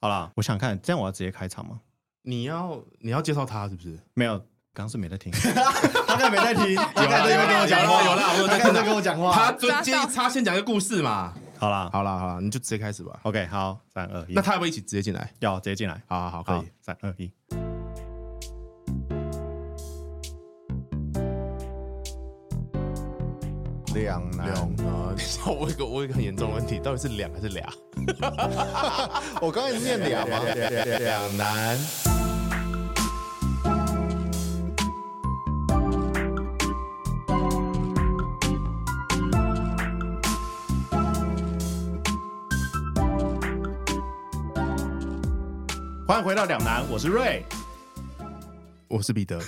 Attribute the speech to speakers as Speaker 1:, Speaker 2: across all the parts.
Speaker 1: 好啦，我想看，这样我要直接开场吗？
Speaker 2: 你要你要介绍他是不是？
Speaker 1: 没有，刚刚是没在听， 啊他刚才没在 听，他
Speaker 2: 有
Speaker 1: 刚
Speaker 2: 啦
Speaker 1: 才在跟我讲话，
Speaker 2: 有啦有啦我有
Speaker 1: 他刚
Speaker 2: 在
Speaker 1: 才
Speaker 2: 听
Speaker 1: 在跟我讲
Speaker 2: 他
Speaker 1: 话。
Speaker 2: 最建议他先讲一个故事嘛。
Speaker 1: 好啦
Speaker 2: 好啦好啦，你就直接开始吧。
Speaker 1: ，OK，好，三二一，
Speaker 2: 那他要不要一起直接进来？
Speaker 1: 要直接进来，
Speaker 2: 好好好，
Speaker 1: 好
Speaker 2: 可以。，
Speaker 1: 三二一。
Speaker 3: 两难。
Speaker 2: 啊，等一下我有一个我有一个很严重的问题，到底是两还是俩？
Speaker 3: 我刚才是念两吗？
Speaker 2: 两难。
Speaker 1: 欢迎回到两难，我是瑞，
Speaker 2: 我是彼 得。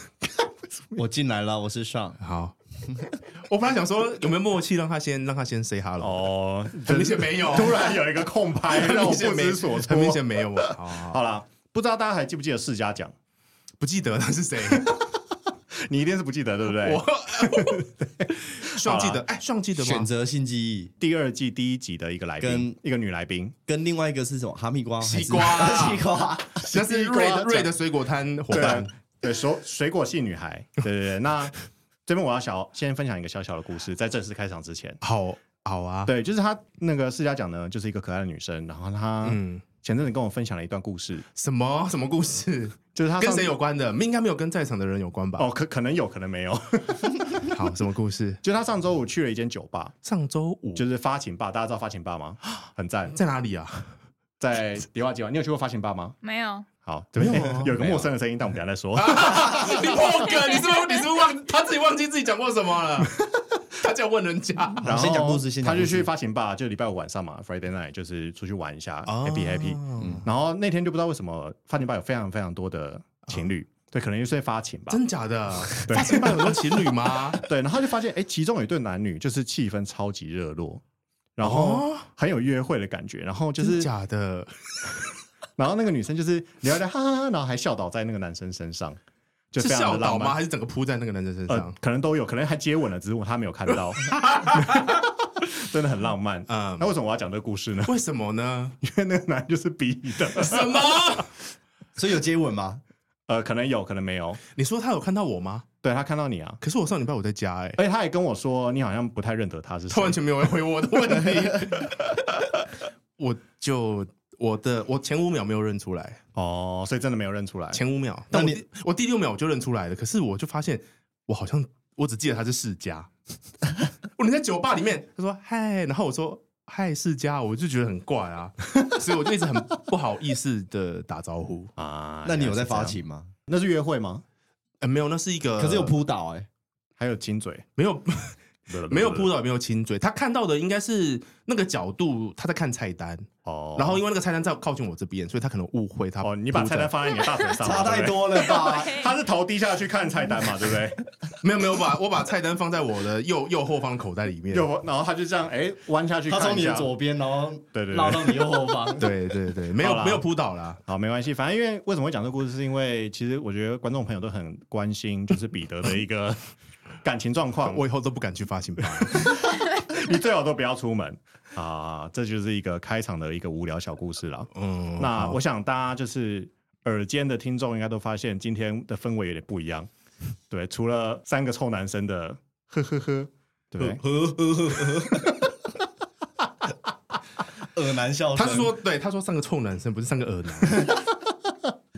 Speaker 4: 我进来了，我是上。
Speaker 2: 好， 我本来想说有没有默契，让他先让他先 say hello。
Speaker 1: 哦，
Speaker 2: 很明显没有，
Speaker 1: 突然有一个空拍，让我
Speaker 2: 明
Speaker 1: 不
Speaker 2: 显没
Speaker 1: 知所措
Speaker 2: 很。明显没有啊。好好好
Speaker 1: 好啦，不知道大家还记不记得世家奖？
Speaker 2: 不记得那是谁？
Speaker 1: 你一定是不记得，对不 对？
Speaker 2: 上记得，哎，上记得吗
Speaker 4: 选？择性记忆
Speaker 1: 第二季第一集的一个来宾
Speaker 4: 跟，
Speaker 1: 一个女来 宾，
Speaker 4: 跟另外一个是什么？哈密瓜还是、
Speaker 2: 西瓜啊
Speaker 4: 西瓜。
Speaker 2: 那是瑞的
Speaker 1: 西瓜
Speaker 2: 瑞的水果摊伙
Speaker 1: 对
Speaker 2: 伴。
Speaker 1: 对，手水果系女孩，对对对。那这边我要小先分享一个小小的故事，在正式开场之前，
Speaker 2: 好好啊，
Speaker 1: 对，就是她那个世家讲呢，就是一个可爱的女生，然后她
Speaker 2: 嗯，
Speaker 1: 前阵子跟我分享了一段故事，
Speaker 2: 什么什么故事？
Speaker 1: 就是她
Speaker 2: 跟
Speaker 1: 上
Speaker 2: 谁有关的？应该没有跟在场的人有关吧？
Speaker 1: 哦，可可能有可能没有，
Speaker 2: 好，什么故事？
Speaker 1: 就她上周五去了一间酒吧，
Speaker 2: 上周五
Speaker 1: 就是发情吧，大家知道发情吧吗？很赞，
Speaker 2: 在哪里啊？
Speaker 1: 在迪化街嘛，你有去过发情吧吗？
Speaker 5: 没有，
Speaker 1: 好，这边
Speaker 2: 没有啊啊
Speaker 1: 有一个陌生的声音，但我们等一下再说。
Speaker 2: 你破梗，你是不是你是不是忘他自己忘记自己讲过什么 了？他叫问人家，
Speaker 4: 好先讲故事，先
Speaker 1: 他
Speaker 4: 讲
Speaker 1: 就
Speaker 4: 故
Speaker 1: 去
Speaker 4: 事。
Speaker 1: 发情吧，就礼拜五晚上嘛，Friday night，就是出去玩一下，happy
Speaker 2: 哦
Speaker 1: happy。
Speaker 2: 嗯
Speaker 1: 然后那天就不知道为什么发情吧有非常非常多的情侣，对，可能就是在发情吧。
Speaker 2: 嗯真假 的？发生班有多情侣吗？
Speaker 1: 对，然后就发现，哎，其中有一对男女就是气氛超级热络，然后
Speaker 2: 哦
Speaker 1: 很有约会的感觉，然后就
Speaker 2: 真
Speaker 1: 是，
Speaker 2: 假的，
Speaker 1: 然后那个女生就是聊一聊哈哈哈，然后还笑倒在那个男生身上，就是非常
Speaker 2: 笑
Speaker 1: 的
Speaker 2: 倒
Speaker 1: 浪
Speaker 2: 吗？
Speaker 1: 漫
Speaker 2: 还。是整个扑在那个男生身
Speaker 1: 呃
Speaker 2: 上？，
Speaker 1: 可能都有，可能还接吻了，只是我他没有看 到，真的很浪漫。
Speaker 2: 嗯
Speaker 1: 那为什么我要讲这个故事呢？
Speaker 2: 为什么呢？
Speaker 1: 因为那个男就是逼的，
Speaker 2: 什么？
Speaker 4: 所以有接吻吗？
Speaker 1: 呃，可能有，可能没有。
Speaker 2: 你说他有看到我吗？
Speaker 1: 对他看到你啊，
Speaker 2: 可是我上礼拜我在家哎，
Speaker 1: 而且他也跟我说，你好像不太认得他 是谁。
Speaker 2: 他完全没有回我的问题， 我就我的我前五秒没有认出来，
Speaker 1: 哦，所以真的没有认出来。
Speaker 2: 前五秒，但我
Speaker 4: 那你
Speaker 2: 第我第六秒我就认出来了，可是我就发现我好像我只记得他是世家， 我人在酒吧里面，他说嗨，然后我说嗨世家，我就觉得很怪 啊，所以我就一直很不好意思的打招呼，
Speaker 1: 啊
Speaker 4: 那你有在发？情吗？
Speaker 1: 原来是这样那是约会吗？
Speaker 2: 呃，没有，那是一个，
Speaker 4: 可是有扑倒哎、
Speaker 1: 还有亲嘴？
Speaker 2: 没有没有扑倒，也没有亲嘴，他看到的应该是那个角度，他在看菜单。
Speaker 1: 哦。
Speaker 2: 然后因为那个菜单在靠近我这边，所以他可能误会他。
Speaker 1: 哦，你把菜单放在你的大腿上，
Speaker 4: 差
Speaker 1: 呃
Speaker 4: 太
Speaker 1: 对不对。
Speaker 4: 多了吧？
Speaker 5: 对
Speaker 1: 他是头低下去看菜单嘛，对不 对？
Speaker 2: 没有没有，我把我把菜单放在我的右 右后方口袋里面。
Speaker 1: 就然后他就这样，哎，弯下去
Speaker 4: 他
Speaker 1: 看一下。
Speaker 4: 从你的左边，然后
Speaker 1: 对对对
Speaker 4: 绕到你右后方。
Speaker 2: 对对对，没
Speaker 1: 好啦
Speaker 2: 有没有扑倒啦。
Speaker 1: 好，没关系，反正因为为什么会讲这个故事，是因为其实我觉得观众朋友都很关心，就是彼得的一 个感情状况。
Speaker 2: 我以后都不敢去发信吧。
Speaker 1: 你最好都不要出门啊！这就是一个开场的一个无聊小故事了。
Speaker 2: 嗯，
Speaker 1: 那
Speaker 2: 好
Speaker 1: 我想大家就是耳尖的听众应该都发现今天的氛围有点不一样，对，除了三个臭男生的 呵呵呵，对 不对？
Speaker 4: 耳男笑
Speaker 2: 他
Speaker 4: 声。
Speaker 2: 是说，对他说三个臭男生，不是三个耳男。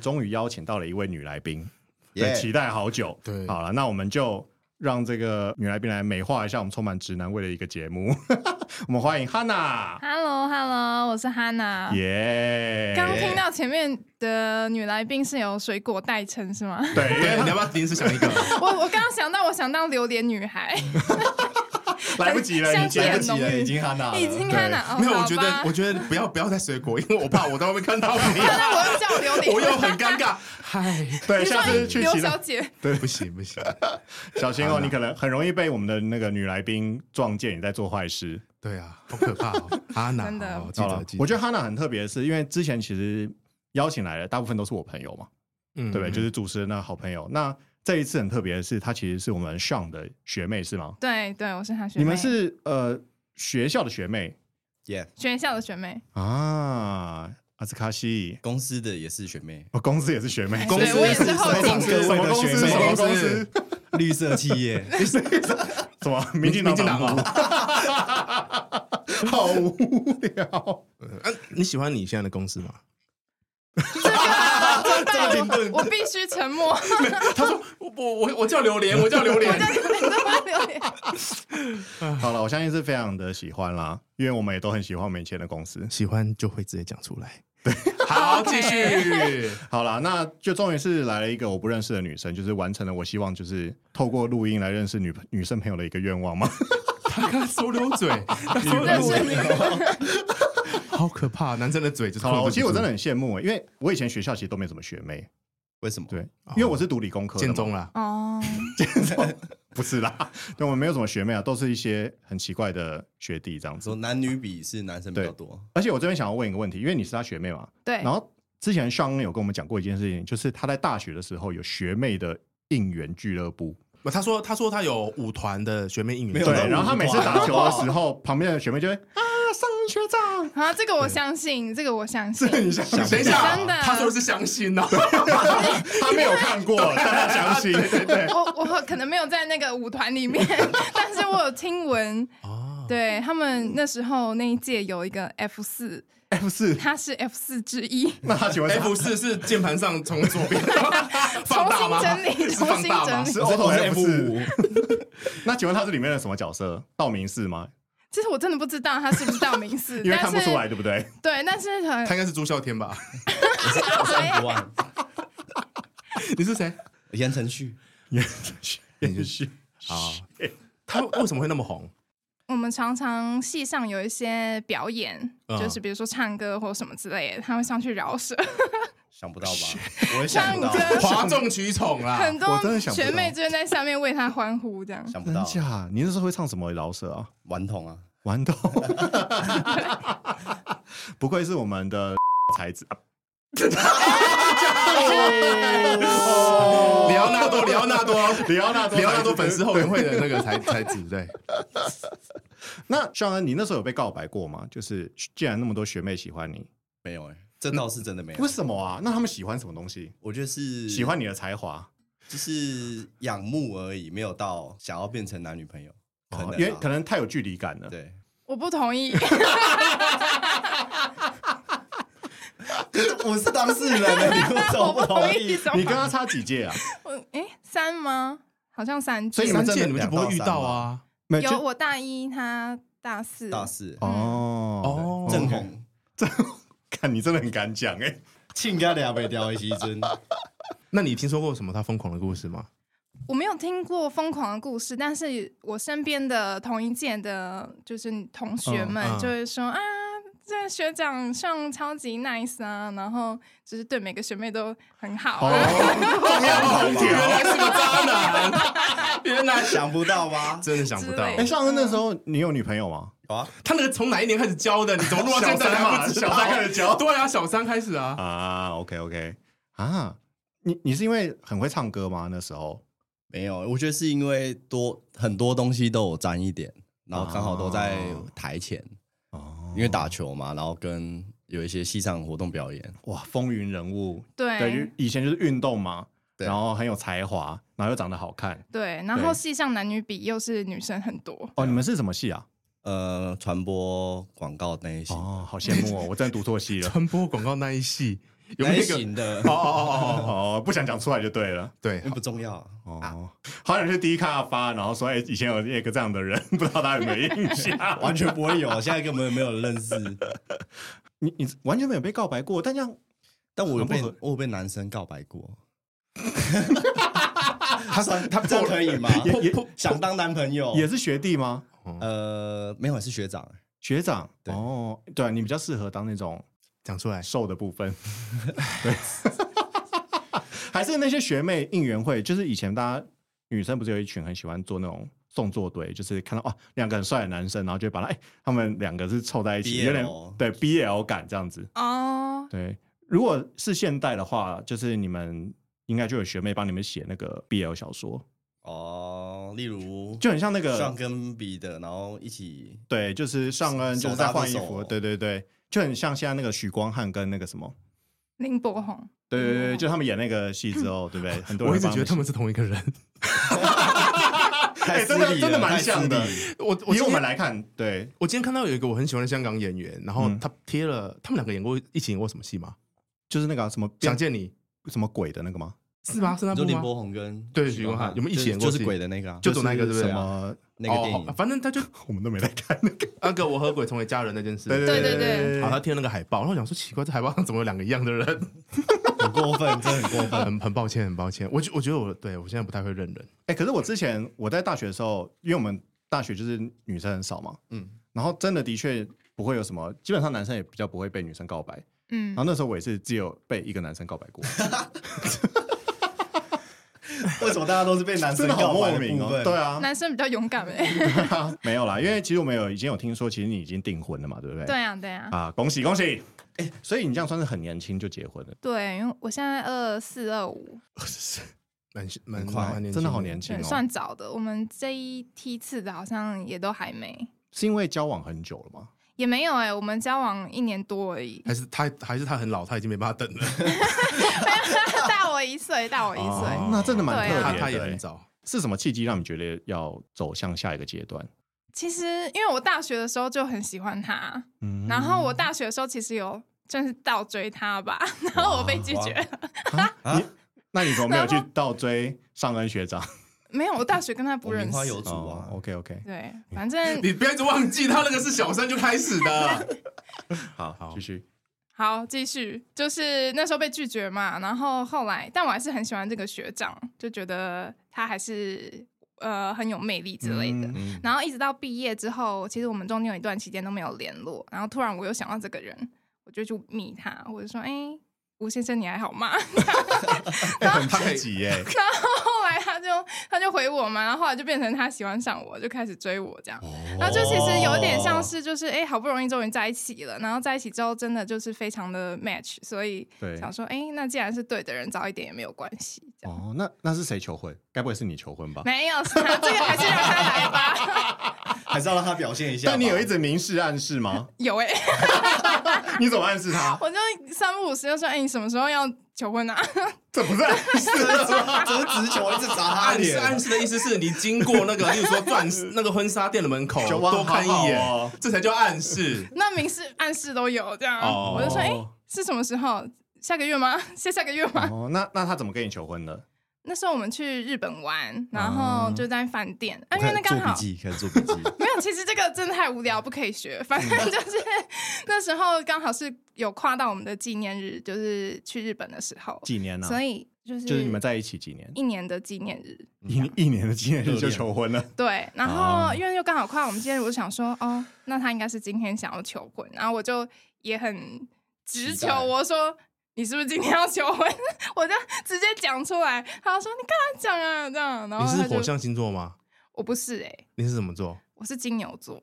Speaker 1: 终于邀请到了一位女来宾，对，
Speaker 4: 耶
Speaker 1: 期待好久。
Speaker 2: 对
Speaker 1: 好了，那我们就让这个女来宾来美化一下我们充满直男味的一个节目。 我们欢迎 Hanna，
Speaker 5: Hello Hello，我是 Hanna。
Speaker 1: 耶！
Speaker 5: 刚听到前面的女来宾是有水果代称是 吗？
Speaker 1: 对，因
Speaker 2: 对，
Speaker 1: 为
Speaker 2: 你要不要临时想一个？
Speaker 5: 我我刚刚想到，我想到榴莲女孩，
Speaker 1: 来不及了，
Speaker 5: 像
Speaker 1: 你
Speaker 5: 甜
Speaker 1: 来不及
Speaker 5: 浓
Speaker 1: 了，
Speaker 5: 郁
Speaker 1: 已，经 Hanna 了。
Speaker 5: 已经 Hanna 哦，
Speaker 2: 没有，我
Speaker 5: 好
Speaker 2: 觉得
Speaker 5: 吧
Speaker 2: 我，觉得不要不要再水果，因为我怕我在外面看到你，
Speaker 5: 那 我又叫榴莲，
Speaker 2: 我又很尴尬。嗨，
Speaker 1: 对，
Speaker 5: 你说
Speaker 1: 下次去
Speaker 5: 刘
Speaker 1: 其
Speaker 5: 小
Speaker 1: 他
Speaker 5: 姐，
Speaker 2: 对，不行不行，
Speaker 1: 小心哦，你可能很容易被我们的那个女来宾撞见你在做坏事。
Speaker 2: 对啊，好可怕哦。阿娜，
Speaker 5: 真的
Speaker 2: 好记
Speaker 1: 好了
Speaker 2: 得记，得。
Speaker 1: 我觉得 Hanna 很特别的是，因为之前其实邀请来的大部分都是我朋友嘛，
Speaker 2: 嗯
Speaker 1: 对不对？就是主持人的好朋友。那这一次很特别的是，她其实是我们 Sean 的学妹，是吗？
Speaker 5: 对对，我是她学妹，
Speaker 1: 你们是呃学校的学妹
Speaker 4: 耶
Speaker 5: 学校的学妹，
Speaker 1: 啊？阿斯卡西，
Speaker 4: 公司的也是学妹，
Speaker 1: 我公司也是学妹，
Speaker 5: 公司对我也是后进
Speaker 1: 什么公司？什么公司？
Speaker 4: 绿色企业，
Speaker 1: 什么？民进党
Speaker 2: 民进党
Speaker 1: 党吗？好无聊。
Speaker 2: 啊，你喜欢你现在的公司吗？
Speaker 5: 对我我必须沉默，
Speaker 2: 他说我我我我叫榴莲，我叫榴莲。
Speaker 1: 好了，我相信是非常的喜欢啦，因为我们也都很喜欢我们以前的公司。
Speaker 2: 喜欢就会直接讲出来。 好，继续。
Speaker 1: 好啦，那就终于是来了一个我不认识的女生，就是完成了我希望就是透过录音来认识女女生朋友的一个愿望嘛。
Speaker 2: 他刚才收溜 嘴，他收
Speaker 5: 认
Speaker 2: 溜
Speaker 5: 识
Speaker 2: 嘴，
Speaker 5: 你，
Speaker 2: 好可怕！男生的嘴就是
Speaker 1: 好了，
Speaker 2: 控
Speaker 1: 我
Speaker 2: 制
Speaker 1: 其实
Speaker 2: 不
Speaker 1: 我真的
Speaker 2: 住
Speaker 1: 很羡慕、欸，因为我以前学校其实都没什么学妹，
Speaker 4: 为什么？
Speaker 1: 对，因为我是读理工科的嘛
Speaker 2: 建中啦，
Speaker 5: 哦，
Speaker 1: 不是啦，对，我们没有什么学妹啊，都是一些很奇怪的学弟这样子
Speaker 4: 说。男女比是男生比较多，
Speaker 1: 而且我这边想要问一个问题，因为你是他学妹嘛，
Speaker 5: 对
Speaker 1: 然，后之前尚恩有跟我们讲过一件事情，就是他在大学的时候有学妹的应援俱乐部，
Speaker 2: 不哦他说他说他有舞团的学妹应援，
Speaker 4: 没有
Speaker 1: 对
Speaker 4: 那，
Speaker 1: 然后他每次打球的时
Speaker 4: 哇
Speaker 1: 候，旁边的学妹就会啊，尚恩学长，
Speaker 5: 啊，这个我相信，这个我相信，
Speaker 1: 你相
Speaker 2: 等一下，
Speaker 5: 真的
Speaker 2: 他说的是相哦信 呐，
Speaker 1: 他没有看过，但他相信，对对。
Speaker 5: 我我可能没有在那个舞团里面， 但是我有听闻，
Speaker 2: 哦，
Speaker 5: 对他们那时候那一届有一个 F 四，
Speaker 1: F 四，
Speaker 5: 他是 F 四之一，
Speaker 1: 那他请问是
Speaker 2: F 四是键盘上从左边放大吗？
Speaker 5: 重新整理
Speaker 2: 是放大吗？
Speaker 5: 重新
Speaker 1: 整理是 Auto
Speaker 2: 是
Speaker 1: F
Speaker 2: F
Speaker 1: 四
Speaker 2: 五，
Speaker 1: 那请问他是里面的什么角色？道明寺吗？
Speaker 5: 其实我真的不知道他是不是道明寺，
Speaker 1: 因为看
Speaker 5: 但
Speaker 1: 不出来，
Speaker 5: 是
Speaker 1: 对不对？
Speaker 5: 对，但是很
Speaker 2: 他应该是朱孝天 吧？
Speaker 4: 我是不忘
Speaker 2: 你是谁？
Speaker 4: 言承旭，
Speaker 1: 延续
Speaker 2: 好，他为什么会那么红？
Speaker 5: 我们常常戏上有一些表演，
Speaker 2: 嗯
Speaker 5: 就是比如说唱歌或什么之类的，他会上去饶舌，
Speaker 4: 想不到吧？我也想
Speaker 5: 唱
Speaker 4: 不
Speaker 5: 歌
Speaker 4: 到，，
Speaker 2: 哗众取宠啦，
Speaker 5: 很
Speaker 1: 我真
Speaker 5: 多
Speaker 1: 的想不到
Speaker 5: 学妹就会在下面为他欢呼，这样
Speaker 4: 想不
Speaker 1: 真
Speaker 4: 到，
Speaker 1: 假？你那时候会唱什么饶舌啊？
Speaker 4: 顽童啊，
Speaker 1: 豌 豆，不愧是我们的才子啊！
Speaker 2: 里奥纳 多，里奥纳多，
Speaker 1: 里哎奥纳多
Speaker 2: 里奥纳多粉丝后援会的那个 才才子，对，
Speaker 1: 那尚恩，你那时候有被告白过吗？就是既然那么多学妹喜欢你，
Speaker 4: 没有哎、这倒是真的没有
Speaker 1: 为。什么啊？那他们喜欢什么东西？
Speaker 4: 我就是
Speaker 1: 喜欢你的才华，
Speaker 4: 就是仰慕而已，没有到想要变成男女朋友，可能、啊
Speaker 1: 因为可能太有距离感了。
Speaker 4: 对，
Speaker 5: 我不同 意，
Speaker 4: 我是当事人了，你为什么
Speaker 5: 我
Speaker 4: 不
Speaker 5: 不
Speaker 4: 同
Speaker 5: 同意
Speaker 4: 意？
Speaker 5: 怎
Speaker 1: 你
Speaker 5: 么
Speaker 1: 跟他差几届啊？
Speaker 5: 我哎三吗？好像三届，
Speaker 1: 所以你
Speaker 2: 三
Speaker 1: 们真的
Speaker 2: 届你们就不会遇到啊，
Speaker 1: 没
Speaker 5: 有
Speaker 1: 呃就
Speaker 5: 我大一，他大四，
Speaker 4: 大四
Speaker 1: 哦，
Speaker 2: 哦，
Speaker 4: 正红
Speaker 1: 看你真的很敢讲哎、
Speaker 4: 庆家俩被掉一起尊，
Speaker 2: 那你听说过什么他疯狂的故事 吗？
Speaker 5: 我没有听过疯狂的故事，但是我身边的同一届的，就是同学们
Speaker 2: 嗯嗯
Speaker 5: 就会说、啊，这个学长上超级 nice 啊，然后就是对每个学妹都很好、啊。
Speaker 1: 哦重要空
Speaker 2: 原
Speaker 1: 调。
Speaker 2: 来是个渣男，原来
Speaker 4: 想不到 吧？
Speaker 2: 真的想不到
Speaker 5: 之类
Speaker 1: 哎，
Speaker 5: 的
Speaker 1: 尚恩那时候你有女朋友吗？
Speaker 4: 有啊，
Speaker 2: 他那个从哪一年开始教的？你怎么录到现在你 还不知道？
Speaker 1: 小三嘛小三开始教
Speaker 2: 啊对啊，小三开始啊，
Speaker 1: 啊，OK OK 啊，你你是因为很会唱歌吗？那时候
Speaker 4: 没有，欸我觉得是因为多很多东西都有沾一点，然后刚好都在台前，
Speaker 1: 哦，
Speaker 4: 因为打球嘛，然后跟有一些戏上活动表演，
Speaker 1: 哇，风云人物，
Speaker 5: 对
Speaker 1: 对，以前就是运动嘛，
Speaker 4: 对
Speaker 1: 然后很有才华，然后又长得好看。
Speaker 5: 对，然后系上男女比又是女生很多，
Speaker 1: 哦，你们是什么系啊？
Speaker 4: 呃，传播广告那一型，
Speaker 1: 哦，好羡慕哦，我真的读错系了。
Speaker 2: 传播广告那一系有
Speaker 4: 那
Speaker 2: 没
Speaker 4: 一
Speaker 2: 有一个？
Speaker 4: 型的，
Speaker 2: 哦哦哦哦，
Speaker 1: 哦，不想讲出来就对了。
Speaker 2: 对
Speaker 4: 因为，不重要啊。
Speaker 1: 哦，好想去第一看发，然后说，哎，以前有一个这样的人， 不知道大家有没有印象？
Speaker 4: 完全不会有，现在根本没有认识。
Speaker 1: 你你完全没有被告白过，但这样
Speaker 4: 但我有被
Speaker 1: 很不合
Speaker 4: 我有被男生告白过，他算他这样可 以吗？
Speaker 1: 也也
Speaker 4: 想当男朋友
Speaker 1: 也是学弟吗？
Speaker 4: 呃没有是学长，
Speaker 1: 学长
Speaker 4: 对
Speaker 1: 哦，对你比较适合当那种
Speaker 2: 讲出来，
Speaker 1: 瘦的部 分，对，还是那些学妹应援会，就是以前大家女生不是有一群很喜欢做那种动作堆，就是看到哦两个很帅的男生，然后就会把他哎、他们两个是凑在一起，
Speaker 4: BL
Speaker 1: 有点对 BL 感这样子。
Speaker 5: 哦，
Speaker 1: 对，如果是现代的话，就是你们应该就有学妹帮你们写那个 BL 小说，
Speaker 4: 哦，例如
Speaker 1: 就很像那个
Speaker 4: 上跟比的，然后一起
Speaker 1: 对，就是上恩
Speaker 4: 手
Speaker 1: 就是在换衣
Speaker 4: 手搭着
Speaker 1: 服，
Speaker 4: 手
Speaker 1: 对对对，就很像现在那个许光汉跟那个什么，
Speaker 5: 林柏宏，
Speaker 1: 对对
Speaker 5: 嗯
Speaker 1: 对，就他们演那个戏之后，对不对？ 很多人
Speaker 2: 我一直
Speaker 1: 帮
Speaker 2: 觉得他
Speaker 1: 们
Speaker 2: 们是同一个人。
Speaker 1: 哎
Speaker 4: 太
Speaker 1: 真的
Speaker 4: 私利
Speaker 1: 真的
Speaker 4: 了
Speaker 1: 蛮
Speaker 4: 太私
Speaker 1: 像的
Speaker 4: 利了
Speaker 2: 我
Speaker 1: 写，以
Speaker 2: 今
Speaker 1: 我
Speaker 2: 天
Speaker 1: 们来看，对，
Speaker 2: 我今天看到有一个我很喜欢的香港演员，然后
Speaker 1: 嗯
Speaker 2: 他贴了，他们两个演过一起演过什么戏吗？
Speaker 1: 就是那个啊什么
Speaker 2: 想见你
Speaker 1: 什么鬼的那个吗？
Speaker 2: 是
Speaker 1: 嗯
Speaker 2: 吗？是那部
Speaker 4: 你说林
Speaker 2: 吗？
Speaker 4: 柏宏跟
Speaker 2: 对
Speaker 4: 许
Speaker 2: 许
Speaker 4: 光
Speaker 2: 光汉
Speaker 4: 汉
Speaker 2: 有没有一起
Speaker 4: 就
Speaker 2: 演过
Speaker 4: 就是
Speaker 2: 戏
Speaker 4: 鬼的那个啊，
Speaker 2: 就走那个对不
Speaker 1: 什
Speaker 2: 对啊
Speaker 1: 么？
Speaker 4: 那个电
Speaker 2: 哦好
Speaker 4: 影，
Speaker 2: 反正 他就
Speaker 1: 我们都没来看那个。
Speaker 2: 那个我和鬼同为家人那件事。
Speaker 5: 对对
Speaker 2: 好，他贴那个海报，然后我想说奇怪，这海报上怎么有两个一样的人？
Speaker 4: 很过分，真的很过分。
Speaker 2: 很很抱歉，很抱歉，我觉我觉得我对我现在不太会认人。
Speaker 1: 哎、可是我之前我在大学的时候，因为我们大学就是女生很少嘛，嗯
Speaker 2: 嗯，
Speaker 1: 然后真的的确不会有什么，基本上男生也比较不会被女生告白。
Speaker 5: 嗯
Speaker 1: 然后那时候我也是只有被一个男生告白过，
Speaker 4: 为什么大家都是被男
Speaker 1: 真
Speaker 4: 生
Speaker 1: 的好
Speaker 4: 告白
Speaker 1: 莫
Speaker 4: 的
Speaker 1: 名
Speaker 4: 部
Speaker 1: 哦、
Speaker 4: 分？
Speaker 1: 对啊，
Speaker 5: 男生比较勇敢哎，
Speaker 1: 没有啦，因为其实我们有已经有听说，其实你已经订婚了嘛，对不对？
Speaker 5: 对呀对呀，
Speaker 1: 啊，恭喜恭喜！哎、所以你这样算是很年轻就结婚了，
Speaker 5: 对，因为我现在二四二五，
Speaker 2: 蛮蛮
Speaker 4: 快
Speaker 2: 蛮年轻，
Speaker 1: 真的好年轻
Speaker 5: 对
Speaker 1: 哦、
Speaker 5: 算早的，我们这一梯次的好像也都还没，
Speaker 1: 是因为交往很久了吗？
Speaker 5: 也没有哎，我们交往一年多而已
Speaker 2: 还是他还是他很老，他已经没办法等了。
Speaker 5: 大我一岁，大我一
Speaker 1: 哦
Speaker 5: 岁。
Speaker 1: 那真的蛮特
Speaker 5: 对
Speaker 1: 别的、
Speaker 5: 啊
Speaker 2: 他他也
Speaker 1: 哎
Speaker 2: 很早，
Speaker 1: 是什么契机让你觉得要走向下一个阶段？
Speaker 5: 其实因为我大学的时候就很喜欢他，
Speaker 1: 嗯
Speaker 5: 然后我大学的时候其实有算是倒追他吧， 然后我被拒绝。
Speaker 1: 啊
Speaker 5: 啊
Speaker 1: 那你怎么没有去倒追尚恩学长？哦
Speaker 5: 没有，我大学跟他不
Speaker 4: 我
Speaker 5: 认
Speaker 4: 名花
Speaker 5: 识。
Speaker 4: 有主啊，
Speaker 1: ，OK OK，
Speaker 5: 对，反正
Speaker 2: 你不要一直忘记他那个是小三就开始的。
Speaker 1: 好，继续。
Speaker 5: 好，继续，就是那时候被拒绝嘛，然后后来，但我还是很喜欢这个学长，就觉得他还是呃很有魅力之类的。
Speaker 1: 嗯
Speaker 5: 然后一直到毕业之后，其实我们中间有一段期间都没有联络，然后突然我又想到这个人，我就去密他，我就说，哎、吴先生，你还好吗？
Speaker 1: 哎很积极耶，
Speaker 5: 后来他就他就回我嘛，然后后来就变成他喜欢上我，就开始追我这样。
Speaker 1: 哦
Speaker 5: 然后就其实有点像
Speaker 4: 嗯
Speaker 5: 是就是哎、好不容易终于在一起了，然后在一起之后真的就是非常的 match，所以
Speaker 1: 对
Speaker 5: 想说哎、那既然是对的人，早一点也没有关系。这样、
Speaker 1: 哦，那那是谁求婚？该不会是你求婚吧？
Speaker 5: 没有，是他这个还是让他来吧。
Speaker 4: 哦还是要让他表现一下吧。
Speaker 1: 但你有 一直明示暗示 吗？
Speaker 5: 有哎、
Speaker 1: 你怎么暗示他？
Speaker 5: 我就三不五时就说哎、你什么时候要求婚啊？
Speaker 1: 这不是暗示，
Speaker 4: 只是直球一直砸他
Speaker 2: 暗示
Speaker 4: 脸，
Speaker 2: 暗示的意思是你经过那个，例如说钻石那个婚纱店的门口
Speaker 1: 九万
Speaker 2: 多看一
Speaker 1: 好好哦
Speaker 2: 眼，这才叫暗示。
Speaker 5: 那明示暗示都有这样，
Speaker 2: 哦
Speaker 5: 我就说哎、是什么时候？下个月吗？ 是下个月吗？
Speaker 1: 哦，那那他怎么跟你求婚的？
Speaker 5: 那时候我们去日本玩，然后就在饭店，啊，因为那刚
Speaker 4: 做笔
Speaker 5: 好
Speaker 4: 记，开始做笔记。
Speaker 5: 没有。其实这个真的太无聊，不可以学。反正就是 那时候刚好是有跨到我们的纪念日，就是去日本的时候，
Speaker 1: 几年呢？啊
Speaker 5: 所以就是
Speaker 1: 就是你们在一起几年？
Speaker 5: 一年的纪念日。
Speaker 1: 一一年的纪念日就求婚了，
Speaker 5: 对，然后因为又刚好跨我们纪念日，我就想说，哦，那他应该是今天想要求婚，然后我就也很直
Speaker 4: 期
Speaker 5: 球，
Speaker 4: 待
Speaker 5: 我说。你是不是今天要求婚？ 我就直接讲出来。他说：“你干嘛讲啊？”这样，然后
Speaker 2: 你是
Speaker 5: 他就
Speaker 2: 火象星座吗？
Speaker 5: 我不是哎、
Speaker 2: 你是什么座？
Speaker 5: 我是金牛座，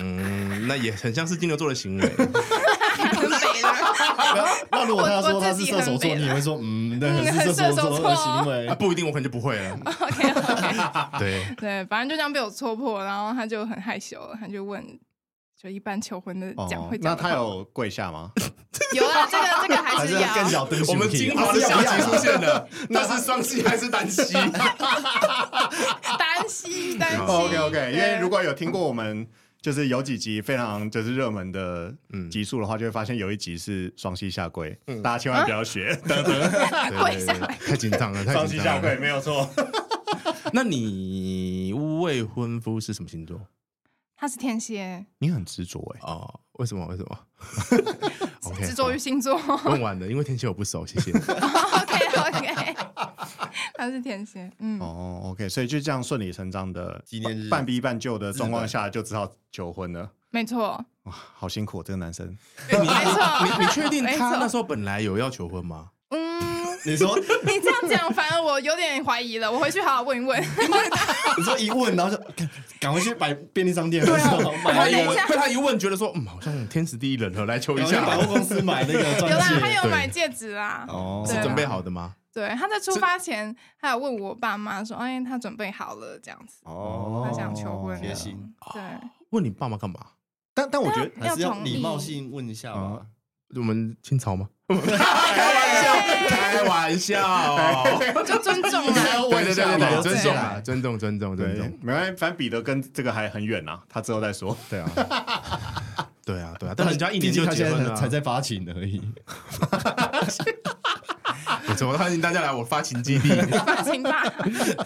Speaker 2: 嗯，那也很像是金牛座的行为。
Speaker 5: 很北的。
Speaker 4: 那如果他说他是射手
Speaker 5: 我自己
Speaker 4: 座，
Speaker 5: 很
Speaker 4: 你也会说嗯，那
Speaker 5: 嗯
Speaker 4: 是射手座的行
Speaker 2: 啊，
Speaker 4: 为。
Speaker 2: 不一定，我可能就不会了。
Speaker 5: OK OK，
Speaker 2: 对，
Speaker 5: 对，反正就这样被我戳破，然后他就很害羞了，他就问，就一般求婚的讲
Speaker 1: 哦
Speaker 5: 会，
Speaker 1: 那
Speaker 5: 讲的话。
Speaker 1: 他有跪下 吗？
Speaker 5: 有啊，这个这个还
Speaker 4: 还 是
Speaker 5: 是要
Speaker 4: 更小灯
Speaker 2: 我们金
Speaker 4: 啊
Speaker 2: 华的小姐出现 了，那是双膝还是单膝？
Speaker 5: 单膝单膝。
Speaker 1: OK 哦 OK，因为
Speaker 5: 对
Speaker 1: 如果有听过我们就是有几集非常就是热门的集数的话，就会发现有一集是双膝下跪，
Speaker 5: 嗯
Speaker 1: 大家千万不要学，
Speaker 5: 跪下来，
Speaker 2: 太紧张了，太
Speaker 1: 双膝
Speaker 2: 紧
Speaker 1: 下
Speaker 2: 张
Speaker 1: 跪
Speaker 2: 了。
Speaker 1: 没有错。
Speaker 2: 那你未婚夫是什么星座？
Speaker 5: 他是天蝎，
Speaker 1: 你很执着哎，
Speaker 2: 哦，为什么？为什么？OK，
Speaker 5: 执着于星座。
Speaker 2: 好问完了，因为天蝎我不熟，谢谢。
Speaker 5: OK OK，他是天蝎，嗯，
Speaker 1: 哦，OK，所以就这样顺理成章的
Speaker 4: 纪念日
Speaker 1: 半逼半就的状况下，就只好求婚了。
Speaker 5: 没错，
Speaker 1: 哇，好辛苦哦，这个男生。
Speaker 5: 没错，
Speaker 2: 哎你确定
Speaker 5: 没
Speaker 2: 他
Speaker 5: 错
Speaker 2: 那时候本来有要求婚吗？
Speaker 5: 嗯，
Speaker 4: 你说
Speaker 5: 你这样讲，反而我有点怀疑了，我回去好好问一问。
Speaker 4: 你说一问，然后就赶赶回去买便利商店，对
Speaker 2: 被他
Speaker 4: 买
Speaker 2: 一
Speaker 4: 那
Speaker 5: 等
Speaker 4: 个
Speaker 5: 一下
Speaker 2: 问，被他一问，觉得说，嗯，好像天时地利人和，来求一
Speaker 4: 赶快去百货
Speaker 2: 下，
Speaker 4: 公司买那个
Speaker 5: 有
Speaker 4: 钻
Speaker 5: 啦，
Speaker 4: 戒。
Speaker 5: 他有
Speaker 2: 对
Speaker 5: 买戒指啦。
Speaker 1: 哦
Speaker 5: 对啊
Speaker 2: 准备好的吗？
Speaker 5: 对，他在出发前还有问我爸妈说：“哎，他准备好了这样子，
Speaker 1: 哦
Speaker 5: 他想求婚了。
Speaker 4: 贴心
Speaker 5: 对，
Speaker 2: 问你爸妈干嘛？
Speaker 1: 但但我觉得
Speaker 5: 那
Speaker 4: 还是要
Speaker 5: 要同意
Speaker 4: 礼貌性问一下吧。
Speaker 1: 嗯
Speaker 2: 我们清朝吗？开玩笑，开玩笑，
Speaker 5: 就尊 重啊。
Speaker 2: 对对对对对，
Speaker 5: 对
Speaker 2: 尊重啊，尊重，尊重，尊
Speaker 1: 对
Speaker 2: 重，，
Speaker 1: 没关系，反正彼得跟这个还很远啊，他之后再说。
Speaker 3: 对啊，
Speaker 2: 对啊，对啊，但人家一年就
Speaker 4: 毕竟他
Speaker 2: 结
Speaker 4: 现
Speaker 2: 婚
Speaker 4: 在
Speaker 2: 了，啊
Speaker 4: 才在发情而已。
Speaker 2: 没错，欢迎大家来我发情 基地，
Speaker 5: 发情吧，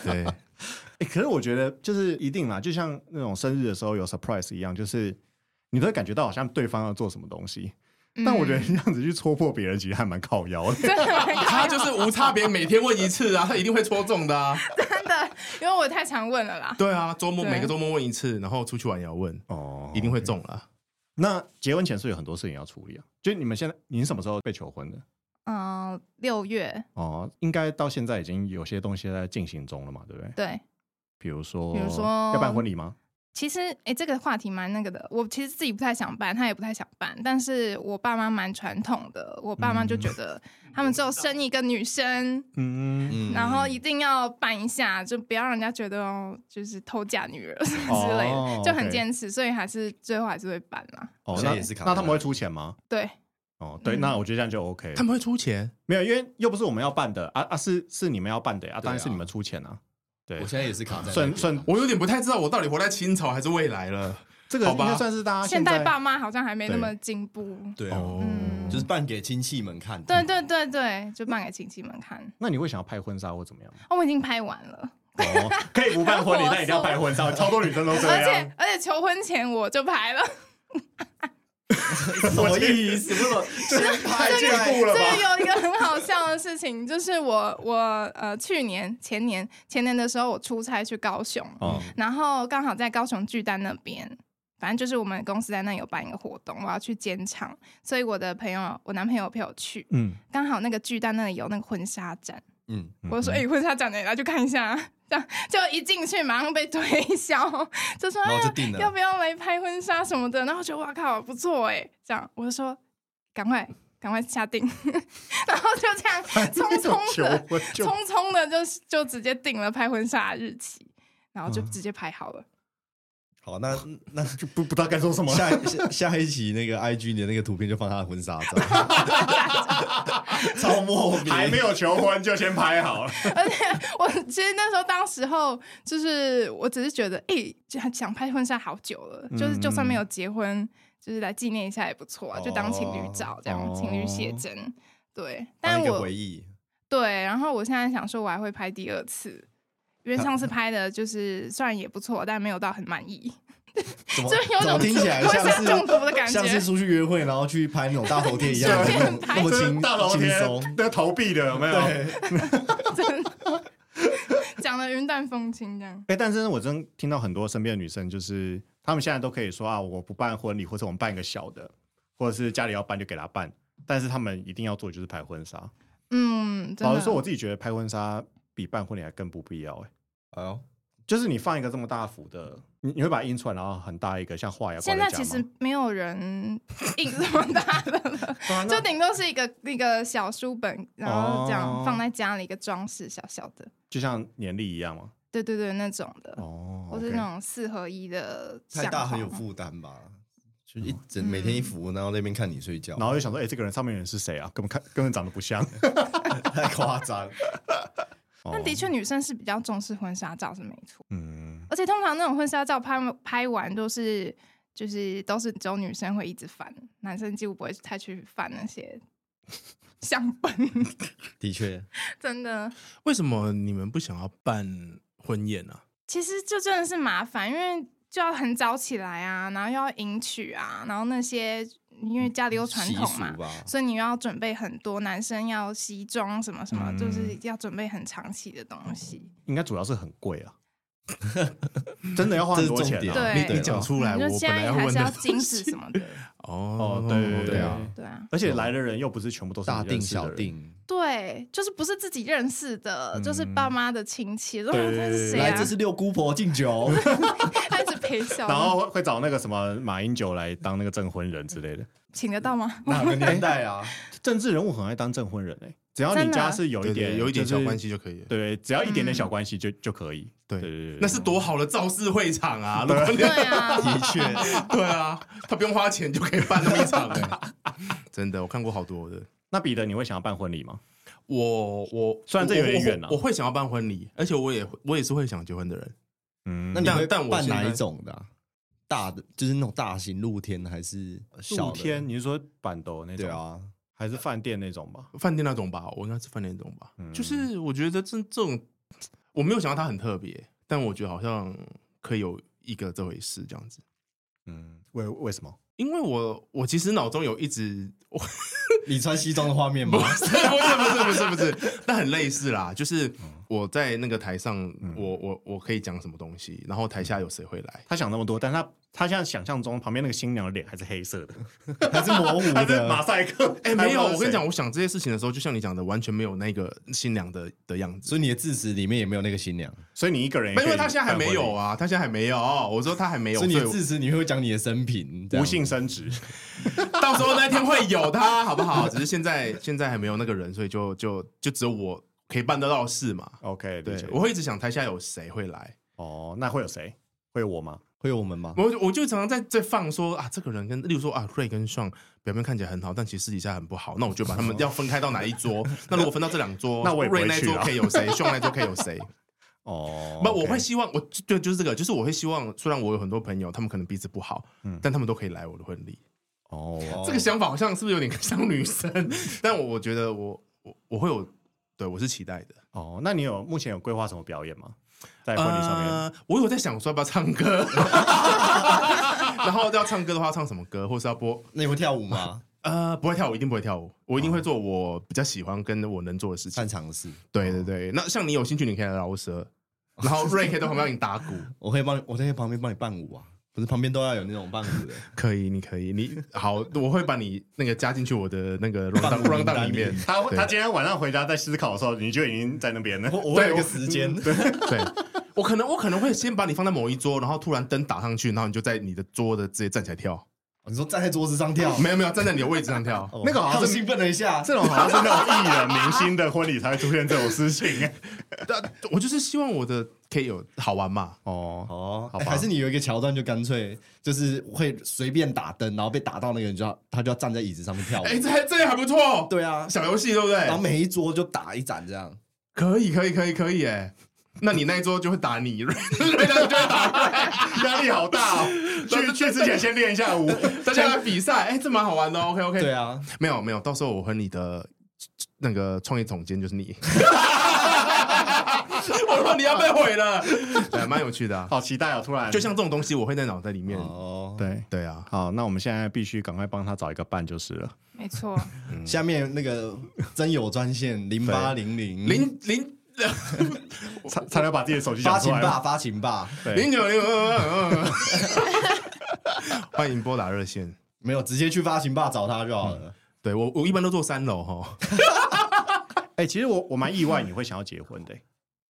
Speaker 2: 对，
Speaker 1: 哎、可是我觉得就是一定啦，就像那种生日的时候有 surprise 一样，就是你都会感觉到好像对方要做什么东西。但我觉得
Speaker 5: 嗯
Speaker 1: 这样子去戳破别人，其实还蛮靠腰的。
Speaker 2: 他就是无差别，每天问一次啊，他一定会戳中的啊。
Speaker 5: 真的，因为我太常问了啦。
Speaker 2: 对啊，周末
Speaker 5: 对
Speaker 2: 每个周末问一次，然后出去玩也要问，
Speaker 1: 哦
Speaker 2: 一定会中啊了。
Speaker 1: 那结婚前是不是有很多事情要处理啊。就你们现在，您什么时候被求婚的？
Speaker 5: 嗯，六月，
Speaker 1: 哦，应该到现在已经有些东西在进行中了嘛，对不对？
Speaker 5: 对，
Speaker 1: 比如说，
Speaker 5: 比如说
Speaker 1: 要办婚礼吗？
Speaker 5: 其实，哎、这个话题蛮那个的。我其实自己不太想办，他也不太想办。但是我爸妈蛮传统的，我爸妈就觉得他们只有生一个女生，
Speaker 1: 嗯，
Speaker 4: 嗯
Speaker 5: 然后一定要办一下，就不要让人家觉得哦，就是偷嫁女儿 什 么之类的，
Speaker 1: 哦
Speaker 5: 就很
Speaker 1: OK
Speaker 5: 坚持。所以还是最后还是会办啦。
Speaker 1: 哦，
Speaker 4: 现在
Speaker 1: 那
Speaker 4: 也是卡
Speaker 1: 那
Speaker 4: 在
Speaker 1: 他们
Speaker 4: 那
Speaker 1: 会
Speaker 4: 里
Speaker 1: 出钱吗？
Speaker 5: 对，
Speaker 1: 哦，对，
Speaker 5: 嗯
Speaker 1: 那我觉得这样就 OK 了。
Speaker 2: 他们会出钱，
Speaker 1: 没有，因为又不是我们要办的啊啊，是是你们要办的啊，当然是你们出钱啊。对
Speaker 4: 我，现在也是卡在那
Speaker 1: 算
Speaker 4: 边啊
Speaker 1: 算
Speaker 2: 我有点不太知道我到底活在清朝还是未来了。
Speaker 1: 这个
Speaker 2: 好
Speaker 1: 应
Speaker 2: 吧
Speaker 1: 该算是大家
Speaker 5: 现
Speaker 1: 在
Speaker 5: 代爸妈好像还没那
Speaker 1: 对
Speaker 5: 么进步。
Speaker 4: 对啊，
Speaker 2: 哦，
Speaker 5: 嗯
Speaker 4: 就是办给亲戚们看。
Speaker 5: 对对对对，就办给亲戚们看。
Speaker 1: 那你会想要拍婚纱或怎么样吗？
Speaker 5: 哦，我已经拍完了，
Speaker 1: 哦，可以不办婚礼，但一定要拍婚纱，超多女生都这
Speaker 5: 而
Speaker 1: 样
Speaker 5: 且。而且求婚前我就拍了。
Speaker 4: 什么意思？什么
Speaker 1: 太进步了
Speaker 5: 这
Speaker 1: 吧？
Speaker 5: 个有一个很好笑的事情，就是我我呃去年前年前年的时候，我出差去高雄，
Speaker 1: 哦，
Speaker 5: 然后刚好在高雄巨蛋那边。反正就是我们公司在那有办一个活动，我要去监场，所以我的朋友，我男朋友陪我去，
Speaker 1: 嗯，
Speaker 5: 刚好那个巨蛋那里有那个婚纱展，
Speaker 4: 嗯，
Speaker 5: 我就说：“哎、婚纱展呢？来去看一下。”这样就一进去马上被推销，就说：“
Speaker 4: 然
Speaker 5: 哎
Speaker 4: 后
Speaker 5: 呀
Speaker 4: 就定了
Speaker 5: 要不要来拍婚纱什么的？”然后我觉得哇靠，不错哎、这样我就说：“赶快，赶快下定。” 然后就这样
Speaker 1: 哎
Speaker 5: 匆匆的、
Speaker 1: 求婚就
Speaker 5: 匆匆的就就直接定了拍婚纱的日期，然后就直接拍好了。
Speaker 4: 好，那那
Speaker 1: 就不不知道该说什么了。
Speaker 4: 下一下下一期那个 IG 的那个图片就放他的婚纱 照，超莫名，
Speaker 1: 还没有求婚就先拍好了。
Speaker 5: 而且我其实那时候当时候就是我只是觉得，哎、就很想拍婚纱好久了，就是就算没有结婚，就是来纪念一下也不错啊，就当情侣照这样，
Speaker 1: 哦
Speaker 5: 情侣写真。对，
Speaker 4: 当
Speaker 5: 但
Speaker 4: 一个
Speaker 5: 我
Speaker 4: 回忆。
Speaker 5: 对，然后我现在想说，我还会拍第二次，因为
Speaker 4: 啊
Speaker 5: 上次拍的就是虽然也不错，但没有到很满意，
Speaker 4: 怎么
Speaker 5: 就有
Speaker 4: 怎
Speaker 5: 种
Speaker 4: 么听起来
Speaker 5: 婚
Speaker 4: 像
Speaker 5: 纱
Speaker 4: 是
Speaker 5: 中毒的感
Speaker 4: 像
Speaker 5: 觉
Speaker 4: 是。出去约会，然后去拍那种大头贴一样，
Speaker 5: 顺便
Speaker 4: 那种
Speaker 5: 拍
Speaker 1: 哎
Speaker 4: 那么轻
Speaker 1: 大头
Speaker 4: 轻
Speaker 1: 贴
Speaker 4: 松。
Speaker 1: 那投币的有没有？
Speaker 4: 对，
Speaker 5: 真的 讲的云淡风轻这样。
Speaker 1: 哎、但是我真听到很多身边的女生，就是她们现在都可以说啊，我不办婚礼，或者我们办一个小的，或者是家里要办就给她办，但是她们一定要做的就是拍婚纱。
Speaker 5: 嗯，真
Speaker 1: 老
Speaker 5: 的
Speaker 1: 实说，我自己觉得拍婚纱比办婚礼还更不必要、欸。
Speaker 4: 哎呦，
Speaker 1: 就是你放一个这么大幅的，你你会把它印出来，然后很大一个像画一样挂
Speaker 5: 现
Speaker 1: 家
Speaker 5: 在
Speaker 1: 吗。
Speaker 5: 其实没有 人印这么大的了，
Speaker 1: 对啊那
Speaker 5: 就顶多是一个一个小书本，然后
Speaker 1: 哦
Speaker 5: 这样放在家里一个装饰小小的，
Speaker 1: 就像年历一样嘛。
Speaker 5: 对对对那种的，
Speaker 1: 哦
Speaker 5: 或是那种四合一的相
Speaker 4: 太大很有
Speaker 5: 框
Speaker 4: 负担吧？就一整每天一服，然后在那边看你睡觉，
Speaker 1: 然后就想 说，哎、这个人上面人是谁啊？根本看根本长得不像。
Speaker 4: 太夸张。
Speaker 5: 但
Speaker 4: 哦
Speaker 5: 的确，女生是比较重视婚纱照是没错，
Speaker 1: 嗯，
Speaker 5: 而且通常那种婚纱照拍拍完都是。就是都是只有女生会一直翻，男生几乎不会太去翻那 些相本，
Speaker 4: 的确，
Speaker 5: 真的。
Speaker 2: 为什么你们不想要办婚宴啊？
Speaker 5: 其实就真的是麻烦，因为就要很早起来啊，然后又要迎娶啊，然后那些因为家里有传
Speaker 4: 习
Speaker 5: 统
Speaker 4: 俗
Speaker 5: 嘛，
Speaker 4: 吧，
Speaker 5: 所以你又要准备很多，男生要西装什么什么，
Speaker 1: 嗯
Speaker 5: 就是要准备很长期的东西。
Speaker 1: 应该主要是很贵啊， 真的要花很多钱、
Speaker 4: 这是重
Speaker 1: 啊。
Speaker 4: 点
Speaker 5: 对
Speaker 2: 你你讲出来，
Speaker 5: 嗯你就
Speaker 2: 我
Speaker 5: 现
Speaker 2: 本来
Speaker 5: 在
Speaker 2: 要
Speaker 5: 还
Speaker 2: 问
Speaker 5: 是要
Speaker 2: 的
Speaker 5: 精致什么的，
Speaker 2: 哦
Speaker 1: 哦，对对啊
Speaker 4: 对啊，
Speaker 5: 对啊，
Speaker 1: 而且来的人又不是全部都是
Speaker 4: 大
Speaker 1: 你认
Speaker 4: 定
Speaker 1: 识的
Speaker 4: 小
Speaker 1: 人，
Speaker 4: 定。
Speaker 5: 对，就是不是自己认识的，就是爸妈的亲戚，说
Speaker 1: 对
Speaker 5: 这是谁
Speaker 4: 来，
Speaker 5: 啊
Speaker 4: 这？是六姑婆敬 酒，
Speaker 5: 他一直陪 笑，
Speaker 1: 然后会会找那个什么马英九来当那个证婚人之类的。
Speaker 5: 请得到吗？
Speaker 4: 哪个年代啊？
Speaker 1: 政治人物很爱当证婚人哎、只要你
Speaker 5: 真的
Speaker 1: 家
Speaker 5: 啊
Speaker 1: 是有一
Speaker 2: 对对
Speaker 1: 点
Speaker 2: 有一点
Speaker 1: 就
Speaker 2: 小
Speaker 1: 是
Speaker 2: 关系就可以了。
Speaker 1: 啊对，只要一点点小关系就就可以。
Speaker 2: 对
Speaker 1: 对对对，
Speaker 2: 那是多好的造势会场啊！如果你
Speaker 5: 对啊，
Speaker 4: 的确，
Speaker 2: 对啊，他不用花钱就可以办那么一场哎，真的，我看过好多的。
Speaker 1: 那彼得，你会想要办婚礼吗？
Speaker 2: 我我
Speaker 1: 虽然这有点远啊
Speaker 2: 我我我会想要办婚礼，而且我也会我也是会想结婚的人。
Speaker 1: 嗯，
Speaker 4: 那你会
Speaker 2: 但但我
Speaker 4: 办
Speaker 2: 现在
Speaker 4: 哪一种的啊？大的就是那种大型露天的还是小
Speaker 1: 露
Speaker 4: 的
Speaker 1: 天，？你是说板斗那种？
Speaker 4: 对，啊，
Speaker 1: 还是饭店那种吧？
Speaker 2: 饭店那种吧，我应该是饭店那种吧。
Speaker 1: 嗯
Speaker 2: 就是我觉得这这种，我没有想到它很特别，但我觉得好像可以有一个这回事这样子。
Speaker 1: 嗯，为为什么？
Speaker 2: 因为我我其实脑中有一直，我
Speaker 4: 你穿西装的画面 吗？
Speaker 2: 不是不是不是不是，但很类似啦，就是我在那个台上，我我我可以讲什么东西，然后台下有谁会来，
Speaker 1: 他想那么多，但他他现在想象中旁边那个新娘的脸还是黑 色的，
Speaker 4: 还是模糊
Speaker 1: 还是马
Speaker 4: 的？
Speaker 1: 赛克？
Speaker 2: 哎、没有，
Speaker 1: 还不知道是谁
Speaker 2: 我跟你讲，，我想这些事情的时候，就像你讲的，完全没有那个新娘的的样子。
Speaker 4: 所以你的字词里面也没有那个新娘，
Speaker 1: 所以你一个人也
Speaker 2: 没
Speaker 1: 可以
Speaker 2: 有，因为他现在还没有
Speaker 1: 办
Speaker 2: 啊，他现在还没有。我说他还没有，
Speaker 4: 所以你
Speaker 2: 所以
Speaker 4: 的字词里面会讲你的生平，
Speaker 1: 婚礼，
Speaker 4: 这样
Speaker 1: 无性生 殖。
Speaker 2: 我到时候那天会有他，好不好？只是现在现在还没有那个人，所以就就就只有我可以办得到的事嘛。
Speaker 1: OK，
Speaker 2: 对
Speaker 1: 理解，
Speaker 2: 我会一直想台下有谁会来，
Speaker 1: 哦，那会有谁？会有我吗？
Speaker 4: 会有我们吗？
Speaker 2: 我就我就常常在在放说啊，这个人跟例如说啊，瑞跟上表面看起来很好，但其实私底下很不好。那我就把他们要分开到哪 一桌？那如果分到这两桌，
Speaker 1: 那我也不会
Speaker 2: 瑞那一
Speaker 1: 去
Speaker 2: 桌
Speaker 1: 啊
Speaker 2: 可以有谁，上那一桌可以有 谁？
Speaker 1: 哦，
Speaker 2: 不，我
Speaker 1: OK
Speaker 2: 会希望我对就是这个，就是我会希望，虽然我有很多朋友，他们可能彼此不好，
Speaker 1: 嗯
Speaker 2: 但他们都可以来我的婚礼。
Speaker 1: 哦，
Speaker 2: 这个想法好像是不是有点像女生？ 但我我觉得我我我会有，对我是期待的。
Speaker 1: 哦，那你有目前有规划什么表演吗？在婚礼上面，
Speaker 2: 呃，我有在想说要不要唱歌， 然后要唱歌的话，唱什么歌，或是要播？
Speaker 4: 那你会跳舞吗？
Speaker 2: 呃，哦不会跳舞，一定不会跳舞，我一定会做我比较喜欢跟我能做的事情
Speaker 4: 擅。长的事，
Speaker 2: 对对对，那像你有兴趣，你可以来饶舌，然后瑞可以在旁边帮你打鼓，
Speaker 4: 我可以帮你，我在旁边帮你伴舞啊，不是旁边都要有那种伴 舞的。
Speaker 2: 可以，你可以，你好，我会把你那个加进去我的那个 round
Speaker 4: 放
Speaker 2: down
Speaker 4: 名
Speaker 2: round
Speaker 4: 单
Speaker 2: down 里面
Speaker 4: 里。
Speaker 1: 他
Speaker 2: 对
Speaker 1: 他今天晚上回家在思考的时候，你就已经在那边了。
Speaker 4: 我我
Speaker 1: 对
Speaker 4: 会有一个时间，
Speaker 2: 对，我可能我可能会先把你放在某一桌，然后突然灯打上去，然后你就在你的桌的直接站起来跳。
Speaker 4: 哦你说站在桌子上跳，
Speaker 2: 没有没有，站在你的位置上跳。
Speaker 4: 哦
Speaker 1: 那个好像
Speaker 4: 他们
Speaker 1: 是
Speaker 4: 兴奋了一下，
Speaker 1: 这种好像是那种艺人明星的婚礼才会出现这种事情。啊
Speaker 2: 但我就是希望我的可以有好玩嘛。
Speaker 1: 哦，
Speaker 4: 哦，
Speaker 1: 好
Speaker 4: 哎
Speaker 1: 吧
Speaker 4: 还是你有一个桥段，就干脆就是会随便打灯，然后被打到那个人就要他就要站在椅子上面跳舞。
Speaker 2: 哎，这还这还不错，
Speaker 4: 对啊，
Speaker 2: 小游戏对不
Speaker 4: 然后
Speaker 2: 对？
Speaker 4: 每一桌就打一盏这样。
Speaker 2: 可以可以可以可以哎。那你那一桌就会打你，瑞 瑞那你就会打
Speaker 1: 压力好大 哦！去去之前先练一下舞。
Speaker 2: 瑞，大家来比赛，哎，这蛮好玩的。OK OK，
Speaker 4: 对啊，
Speaker 2: 没有没有，到时候我和你的那个创业总监就是你。 我说你要被毁了，对，蛮有趣的、啊。
Speaker 1: 好期待哦！突然
Speaker 2: 就像这种东西，我会在脑袋里面。
Speaker 4: 哦，
Speaker 1: 对，
Speaker 2: 对啊，
Speaker 1: 好，那我们现在必须赶快帮他找一个伴就是了。
Speaker 5: 没错，
Speaker 4: 下面那个真友专线零八零零
Speaker 2: 零零
Speaker 1: 才才能把自己的手机
Speaker 4: 发
Speaker 1: 讲出
Speaker 4: 情
Speaker 1: 来
Speaker 4: 吧，
Speaker 1: 嘛。
Speaker 4: 发情吧，
Speaker 1: 对
Speaker 2: 零，九零，嗯嗯嗯 欢迎拨打热线。
Speaker 4: 没有直接去发情吧找他就好了。
Speaker 2: 对我，我一般都坐三楼哈。
Speaker 1: 哎，其实我我蛮意外你会想要结婚的，
Speaker 4: 哎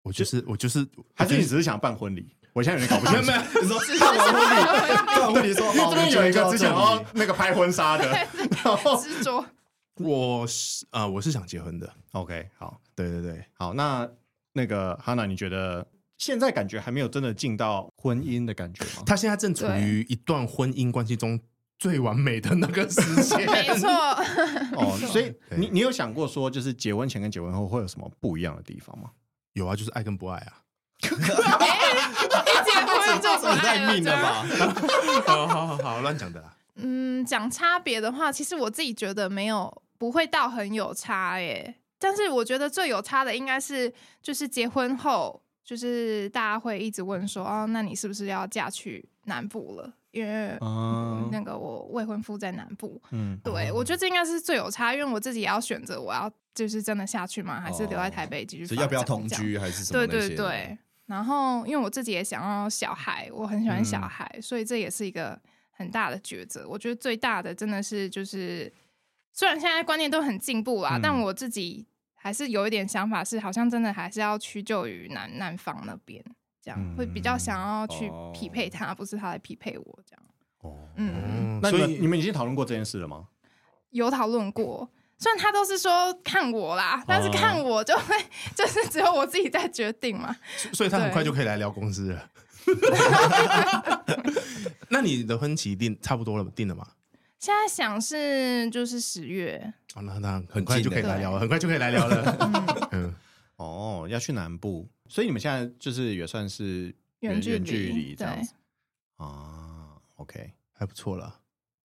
Speaker 2: 我就是我就是，
Speaker 1: 还是你只是想办婚礼？我现在有点搞不
Speaker 2: 没
Speaker 1: 清
Speaker 2: 有
Speaker 1: 楚
Speaker 2: 没。有，
Speaker 4: 你说 这样我问你，这样问你说，
Speaker 1: 因为
Speaker 4: 哦，
Speaker 1: 这边有一个
Speaker 4: 之
Speaker 1: 只
Speaker 4: 前
Speaker 1: 想要那个拍婚纱的。
Speaker 5: 执着。
Speaker 2: 我是啊、我是想结婚的。
Speaker 1: OK，好，
Speaker 2: 对对对，
Speaker 1: 好，那那个哈娜，你觉得现在感觉还没有真的进到婚姻的感觉吗？
Speaker 2: 他现在正处于一段婚姻关系中最完美的那个时间。
Speaker 5: 没错，
Speaker 1: 哦，所以
Speaker 2: 对
Speaker 1: 你你有想过说，就是结婚前跟结婚后会有什么不一样的地方吗？
Speaker 2: 有啊，就是爱跟不爱啊。
Speaker 5: 一结婚就不
Speaker 4: 你
Speaker 5: 爱
Speaker 4: 太
Speaker 5: 了
Speaker 4: 命了吧？
Speaker 2: 好好好好，乱讲的啦。
Speaker 5: 嗯，讲差别的话，其实我自己觉得没有，不会到很有差耶、但是我觉得最有差的应该是，就是结婚后，就是大家会一直问说，哦，那你是不是要嫁去南部了？因为、
Speaker 1: 啊
Speaker 5: 嗯那个我未婚夫在南部。
Speaker 1: 嗯，
Speaker 5: 对，我觉得这应该是最有差，因为我自己也要选择我要就是真的下去吗，还是留在台北继续发
Speaker 4: 哦所
Speaker 5: 展、
Speaker 4: 以要不要同
Speaker 5: 这样
Speaker 4: 居还是什
Speaker 5: 对
Speaker 4: 么那些的？
Speaker 5: 对对。然后，因为我自己也想要小孩，我很喜欢
Speaker 4: 嗯
Speaker 5: 小孩，所以这也是一个很大的抉择。我觉得最大的真的是就是，虽然现在观念都很进步啦，
Speaker 4: 嗯
Speaker 5: 但我自己还是有一点想法是，好像真的还是要屈就于男男方那边，这样、会比较想要去
Speaker 4: 哦
Speaker 5: 匹配他，不是他来匹配我这样。
Speaker 1: 哦，
Speaker 5: 嗯，
Speaker 2: 嗯，
Speaker 1: 那
Speaker 2: 所
Speaker 1: 你们
Speaker 2: 以
Speaker 1: 你们已经讨论过这件事了吗？
Speaker 5: 有讨论过，虽然他都是说看我啦，但是看我就会就是只有我自己在决定嘛。
Speaker 2: 所所以他很快就可以来聊公司了。 那你的婚期定差不多了，定了吗？
Speaker 5: 现在想是就是十月，
Speaker 2: 哦，那那很快
Speaker 4: 近
Speaker 2: 就可以
Speaker 4: 的
Speaker 2: 来聊了，很快就可以来聊了。嗯，
Speaker 1: 哦，要去南部，所以你们现在就是也算是
Speaker 5: 远距
Speaker 1: 距
Speaker 5: 离
Speaker 1: 离这样
Speaker 5: 对
Speaker 1: 子啊。OK，
Speaker 2: 还不错了。